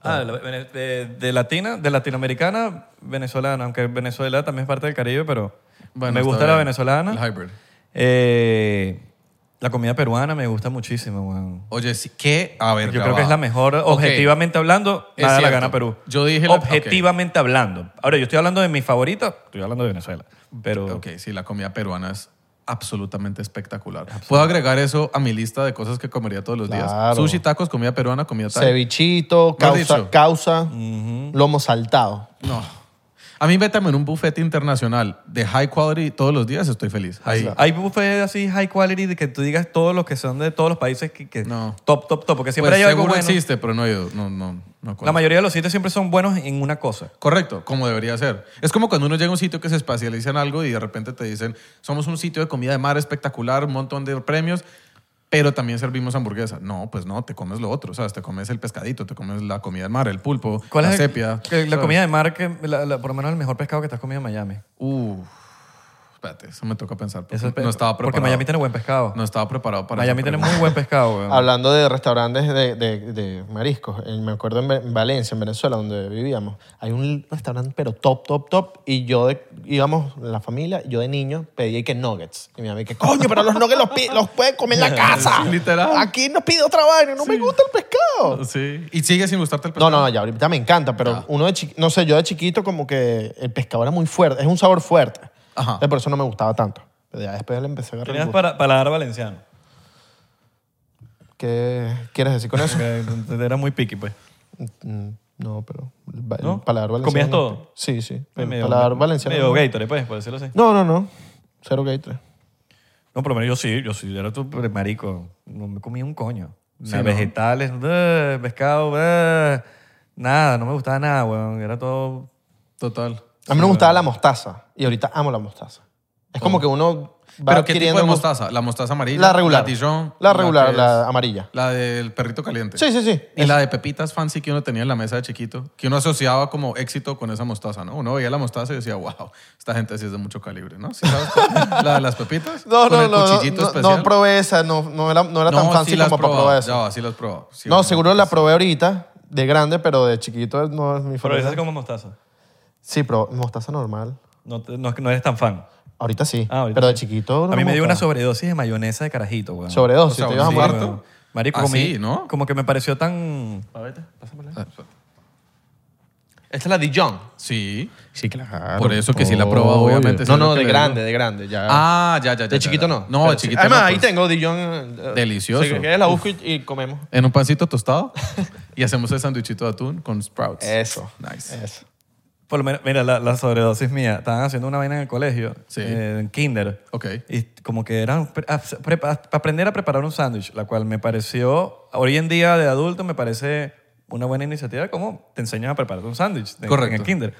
Ah, de, la- vene- de- de latina, de latinoamericana, venezolana, aunque Venezuela también es parte del Caribe, pero Bueno, me está gusta la bien. venezolana. El hybrid. Eh, la comida peruana me gusta muchísimo, weón. Oye, sí, ¿qué? A ver, Yo ya creo que va. es la mejor, Ok. objetivamente hablando, Es nada la cierto. gana Perú. Yo dije la- objetivamente hablando. Ahora, yo estoy hablando de mi favorita, estoy hablando de Venezuela, pero Ok, sí, la comida peruana es absolutamente espectacular. Puedo agregar eso a mi lista de cosas que comería todos los Claro. días. Sushi, tacos, comida peruana, comida tal. Cevichito, ¿Lo has causa, dicho? causa lomo saltado. No. A mí vétame en un buffet internacional de high quality todos los días, estoy feliz. Ahí. Hay buffets así high quality de que tú digas todos los que son de todos los países que, que No. top, top, top, porque siempre Pues, hay algo seguro bueno. existe, pero no he ido. No, no, no La conozco. mayoría de los sitios siempre son buenos en una cosa. Correcto, como debería ser. Es como cuando uno llega a un sitio que se espacializa en algo y de repente te dicen, somos un sitio de comida de mar espectacular, un montón de premios, pero también servimos hamburguesa. No, pues no, te comes lo otro, ¿sabes? Te comes el pescadito, te comes la comida de mar, el pulpo, ¿Cuál la es el- sepia. que la ¿sabes? comida de mar, que la- la- por lo menos el mejor pescado que te has comido en Miami. Uh, espérate, eso me toca pensar. porque Eso es pe- no estaba preparado. Porque Miami tiene buen pescado. No estaba preparado para Miami esa tiene pregunta. muy buen pescado, weón. Ah. Hablando de restaurantes de, de- de mariscos, eh, me acuerdo en Ve- en Valencia, en Venezuela, donde vivíamos, hay un restaurante pero top, top, top, y yo de- íbamos, la familia, yo de niño pedí que nuggets. Y mi mamá que coño, pero los nuggets los, pi- los pueden comer en *laughs* la casa. Sí, literal. Aquí nos pide otra vaina, no me gusta el pescado. Sí. ¿Y sigue sin gustarte el No, pescado? no, no, ya ahorita me encanta, pero Ya. uno de chiqui- no sé, yo de chiquito como que el pescado era muy fuerte, es un sabor fuerte. Ajá. Entonces, por eso no me gustaba tanto. Pero ya después le empecé a agarrar el Tenías gusto. para, paladar valenciano. ¿Qué quieres decir con eso? *laughs* Porque Era muy piqui, pues. Mm, No, pero el ba- el ¿No? paladar valenciano. ¿Comías todo? Sí, sí. El Medio- paladar valenciano. Medio Gatorade, pues, por decirlo así. No, no, no. Cero gay tres. No, por lo menos yo sí, yo sí, yo era tu marico. No me comía un coño. Ni Sí, ¿no? vegetales, bleh, pescado, bleh, nada, no me gustaba nada, weón. Era todo. Total. A mí me gustaba la mostaza y ahorita amo la mostaza. Es como que uno va Oh. ¿Pero qué tipo adquiriendo de mus- mostaza? ¿La mostaza amarilla? La regular. ¿La Dijon? La regular, que la es- amarilla. La del perrito caliente. Sí, sí, sí. Y la de pepitas fancy que uno tenía en la mesa de chiquito, que uno asociaba como éxito con esa mostaza, ¿no? Uno veía la mostaza y decía, wow, esta gente sí es de mucho calibre, ¿no? ¿Sí sabes cuál? la de las *laughs* pepitas. No, con no, el no, no, cuchillito no, especial. no probé esa, no, no era, no era tan No, fancy sí las como para probaba, probar Ya, esa. va, sí las probó. Sí, no, bueno. seguro la probé ahorita, de grande, pero de chiquito no es mi Pero favorita. esas como mostaza. Sí, pero mostaza normal. No, te- no, no eres tan fan. Ahorita sí, Ah, ahorita pero de sí. chiquito no a mí me dio una mostaza. sobredosis de mayonesa de carajito, weón. Sobredosis, O sea, te ibas a sí, morir. ¿Cuarto? Weón. Marico, Ah, comí, sí, ¿no? como que me pareció tan... Ah, Esta es la Dijon. Sí, Sí, claro. Por eso que sí la he probado, obviamente, sí No, es lo no, que de le grande, de grande. Ya. Ah, ya, ya, ya. de ya, chiquito ya. no. No, Pero de sí. chiquito Además, no, ahí pues. tengo Dijon. eh, Delicioso. Si quieres la busco y, y comemos. En un *laughs* pancito tostado y hacemos el sándwichito de atún con sprouts. Eso. Nice. Eso. Por lo menos, mira, la, la sobredosis mía. Estaban haciendo una vaina en el colegio, Sí. eh, en kinder. Ok. Y como que eran pre- a- pre- a- aprender a preparar un sándwich, la cual me pareció, hoy en día de adulto, me parece una buena iniciativa como te enseñan a preparar un sándwich de- Correcto. en el kinder.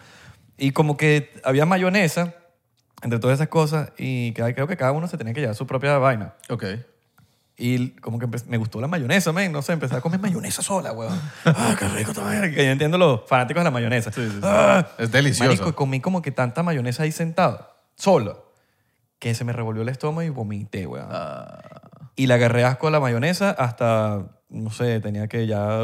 Y como que había mayonesa entre todas esas cosas y que- creo que cada uno se tenía que llevar su propia vaina. Ok. Y como que empe- me gustó la mayonesa, men. No sé, empecé a comer mayonesa sola, weón. ¡Ah, qué rico esta vaina! Que yo entiendo los fanáticos de la mayonesa. ¡Ah! Es delicioso. Marico, y comí como que tanta mayonesa ahí sentado, solo, que se me revolvió el estómago y vomité, weón. Ah. Y la agarré asco a la mayonesa hasta, no sé, tenía que ya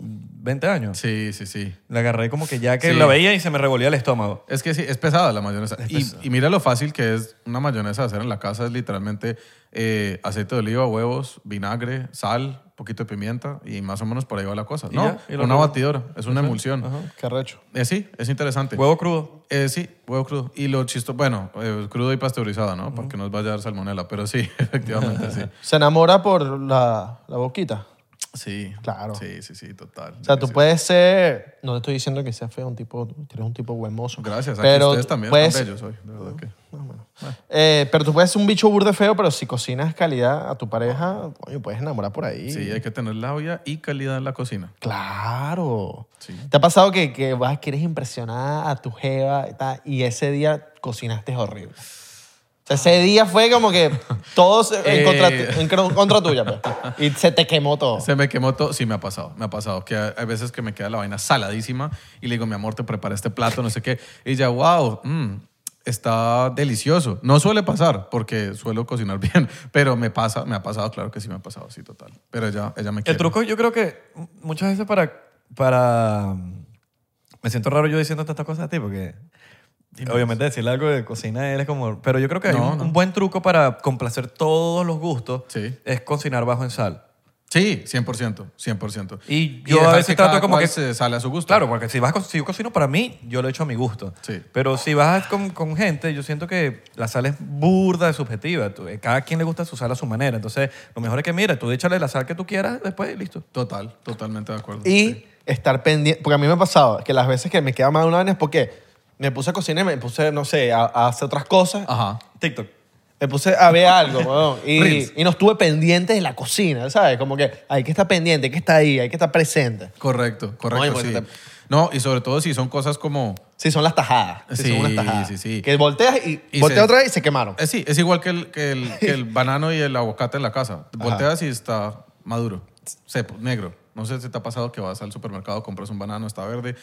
20 años. Sí, sí, sí. La agarré como que ya que Sí. la veía y se me revolvía el estómago. Es que sí, es pesada la mayonesa. Es Y, pesada. y mira lo fácil que es una mayonesa hacer en la casa. Es literalmente eh, aceite de oliva, huevos, vinagre, sal, poquito de pimienta y más o menos por ahí va la cosa. Y No, ya, y lo una revuelves. batidora. Es una emulsión. Qué recho. Eh, sí, es interesante. Huevo crudo. Eh, sí, huevo crudo. Y lo chistoso, bueno, eh, crudo y pasteurizado, ¿no? Porque no nos vaya a dar salmonela, pero sí, *laughs* efectivamente, sí. Se enamora por la, la boquita. Sí. Claro. Sí, sí, sí, total. O sea, tú puedes ser. No te estoy diciendo que seas feo, un tipo. tú Eres un tipo buen mozo. Gracias, aquí pero pues, ustedes también puedes- están bellos hoy. de verdad que- eh, pero tú puedes ser un bicho burde feo, pero si cocinas calidad a tu pareja, coño, puedes enamorar por ahí. Sí, hay que tener labia y calidad en la cocina. Claro. Sí. ¿Te ha pasado que, que vas, quieres impresionar a tu jeva y, tal, y ese día cocinaste horrible? O sea, ese día fue como que todos en, contra, Eh. tu- en cro- contra tuya, pues. Y se te quemó todo. Se me quemó todo. Sí, me ha pasado. Me ha pasado. Que hay veces que me queda la vaina saladísima y le digo, mi amor, te preparé este plato, no sé qué. Y ella, wow, mm, está delicioso. No suele pasar porque suelo cocinar *laughs* bien, pero me pasa, me ha pasado, claro que sí me ha pasado, sí, total. Pero ella, ella me El quiere. truco yo creo que muchas veces para para... Me siento raro yo diciendo estas cosas a ti porque... Obviamente decirle algo de cocina él es como... Pero yo creo que hay No, un, no. un buen truco para complacer todos los gustos. Sí. Es cocinar bajo en sal. Sí, 100%, 100%. Y yo a dejar veces trato cada como cual que- se sale a su gusto. Claro, porque si, vas a co- si yo cocino para mí, yo lo echo a mi gusto. Sí. Pero si vas con, con gente, yo siento que la sal es burda de subjetiva. Tú- eh, Cada quien le gusta su sal a su manera. Entonces, lo mejor es que, mira, tú échale la sal que tú quieras después y listo. Total, totalmente de acuerdo. Y estar pendiente. Porque a mí me ha pasado que las veces que me queda más de una vaina es porque me puse a cocinar y me puse, no sé, a, a hacer otras cosas. Ajá. TikTok. Me puse a ver *laughs* algo, weón. Reels. Y, y no estuve pendiente de la cocina, ¿sabes? Como que hay que estar pendiente, hay que estar ahí, hay que estar presente. Correcto, correcto, Ay, bueno, sí. te- No, y sobre todo si son cosas como... Sí, son las tajadas. Sí, son Sí, unas tajadas. sí, sí. Que volteas y, Y volteas se- otra vez y se quemaron. Eh, sí, es igual que el, *laughs* que el, que el banano y el aguacate en la casa. Volteas y está maduro, sepo, negro. No sé si te ha pasado que vas al supermercado, compras un banano, está verde,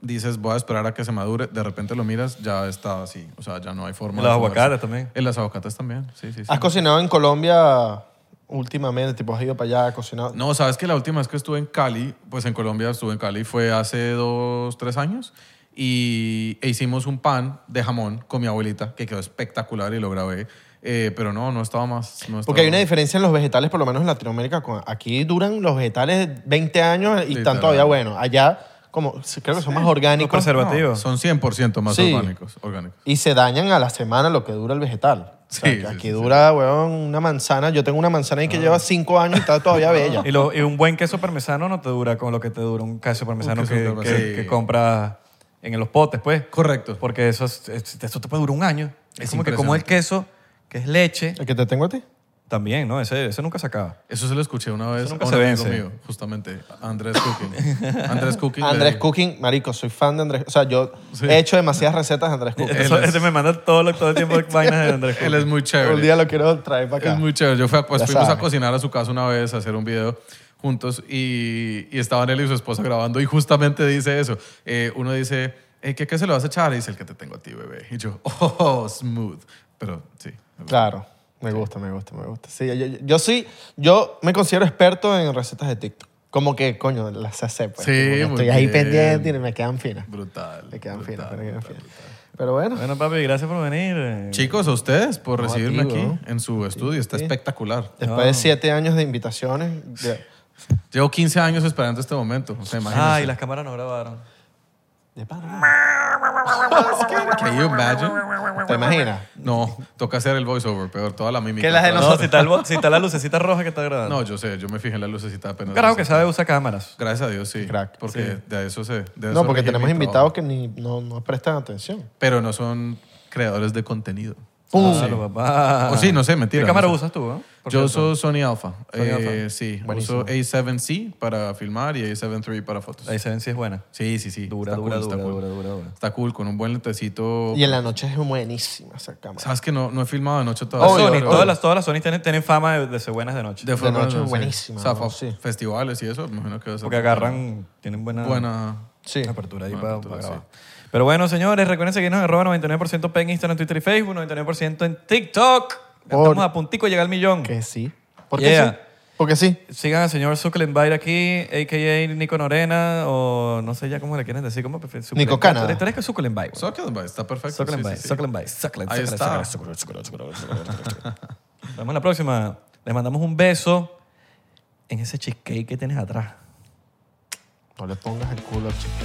dices voy a esperar a que se madure, de repente lo miras, ya está así. O sea, ya no hay forma. Y de los comerse. aguacates también. Ah, Y los aguacates también, sí, sí. sí. ¿Has cocinado en Colombia últimamente? Tipo, has ido para allá, has cocinado. No, sabes que la última vez que estuve en Cali, pues en Colombia estuve en Cali, fue hace dos, tres años y e hicimos un pan de jamón con mi abuelita que quedó espectacular y lo grabé. Eh, pero no, no estaba más. no Porque hay una estaba- diferencia en los vegetales, por lo menos en Latinoamérica. con- Aquí duran los vegetales 20 años y Literal. están todavía buenos. Allá, como creo que son más Los orgánicos preserva- Preservativo. No, son 100% más Sí. orgánicos, orgánicos. y se dañan a la semana lo que dura el vegetal. O sea, Sí, que sí, aquí sí, Ah. dura, weón, una manzana. Yo tengo una manzana ahí que lleva 5 años y está *laughs* todavía bella. Y, lo- y un buen queso parmesano no te dura con lo que te dura un queso parmesano queso que, parmesano. que- Sí. que compras en los potes, pues. Correcto. Porque eso, es- es- eso te puede durar un año. Es, Es como que como el queso, que es leche, ¿El que te tengo a ti? también, ¿no? Ese, ese nunca se acaba. Eso se lo escuché una vez Eso a nunca un se amigo vence. mío, justamente, a Andrés *laughs* Cooking. Andrés Cooking. le- Andrés Cooking, marico, soy fan de Andrés. O sea, yo Sí. he hecho demasiadas recetas de Andrés Cooking. Eso- Oh, es- ese me manda todo, lo- todo el *laughs* tiempo vainas de Andrés Él es muy chévere. Un día lo quiero traer para acá. Es muy chévere. Yo fui a- pues, Ya fuimos sabe. a cocinar a su casa una vez, a hacer un video juntos y, y estaban él y su esposa grabando y justamente dice eso. Eh, uno dice, eh, ¿qué, ¿qué se lo vas a echar? Y dice, el que te tengo a ti, bebé. Y yo, oh, smooth. Pero sí. Claro, me gusta, me gusta, me gusta. Sí, yo, yo- yo sí, yo me considero experto en recetas de TikTok. Como que, coño, las sé, pues. Como Sí, que muy Estoy ahí bien. pendiente y me quedan finas. Brutal. Me quedan brutal, finas, me quedan brutal, finas. brutal. Pero bueno, Bueno, papi, gracias por venir. Chicos, a ustedes por No, a ti, recibirme aquí weón. en su estudio. Está espectacular. después de siete años de invitaciones, de- Llevo 15 años esperando este momento. O sea, Ah, y imagínense. las cámaras no grabaron. de pana, Can you imagine? ¿te imaginas? No, toca hacer el voiceover, peor, toda la mímica. Que las de toda- No, si está, el bo- si está la lucecita roja que está grabando. No, yo sé, yo me fijé en la lucecita apenas. Carajo que sabe usar cámaras. Gracias a Dios, sí. Crack. Porque de eso se. de eso No, porque rige tenemos mi invitados trabajo. que ni, no, no prestan atención. Pero no son creadores de contenido. ¡Pum! Claro, papá. O Uh, sí, no sé, mentira, ¿Qué cámara no sé. usas tú? eh? Por Yo cierto. uso Sony Alpha. Eh, Sí, Buenísimo. uso A7C para filmar y A7 III para fotos. La si es buena. Sí, sí, sí. Dura, Está dura, cool, está dura, cool. dura, dura, dura. Está cool, con un buen letecito. Y en la noche es buenísima esa cámara. Sabes que no, no he filmado de noche Las todavía. Obvio, Sony, obvio. todas las, todas las Sony tienen, tienen fama de, de ser buenas de noche. De, forma noche es sí. buenísima, O sea, ¿no? fa- Sí. festivales y eso, me imagino que debe ser porque agarran, tienen buena, Buena. Sí. apertura ahí Buena para, apertura, grabar. Pero bueno, señores, recuerden seguirnos en arroba 99% P en Instagram, Twitter y Facebook, 99% en TikTok. Ya Por- Estamos a puntico de llegar al millón. Que sí. ¿Por Yeah. qué sí? Porque sí. Sigan al señor Suclenbite aquí, a.k.a. Nico Norena, o no sé ya cómo le quieren decir, ¿cómo prefieren? Nico Suclen- Cana. Tú eres- Tú eres que Suclenbite. güey. Succulent Bites, está perfecto. sí, Suclenbite, sí, sí. Suclenbite, Suclen, Ahí Suclen, está. Suclen, Suclen, Suclen, Suclen, Suclen. Nos vemos en la próxima. Les mandamos un beso en ese cheesecake que tienes atrás. No le pongas el culo al chico.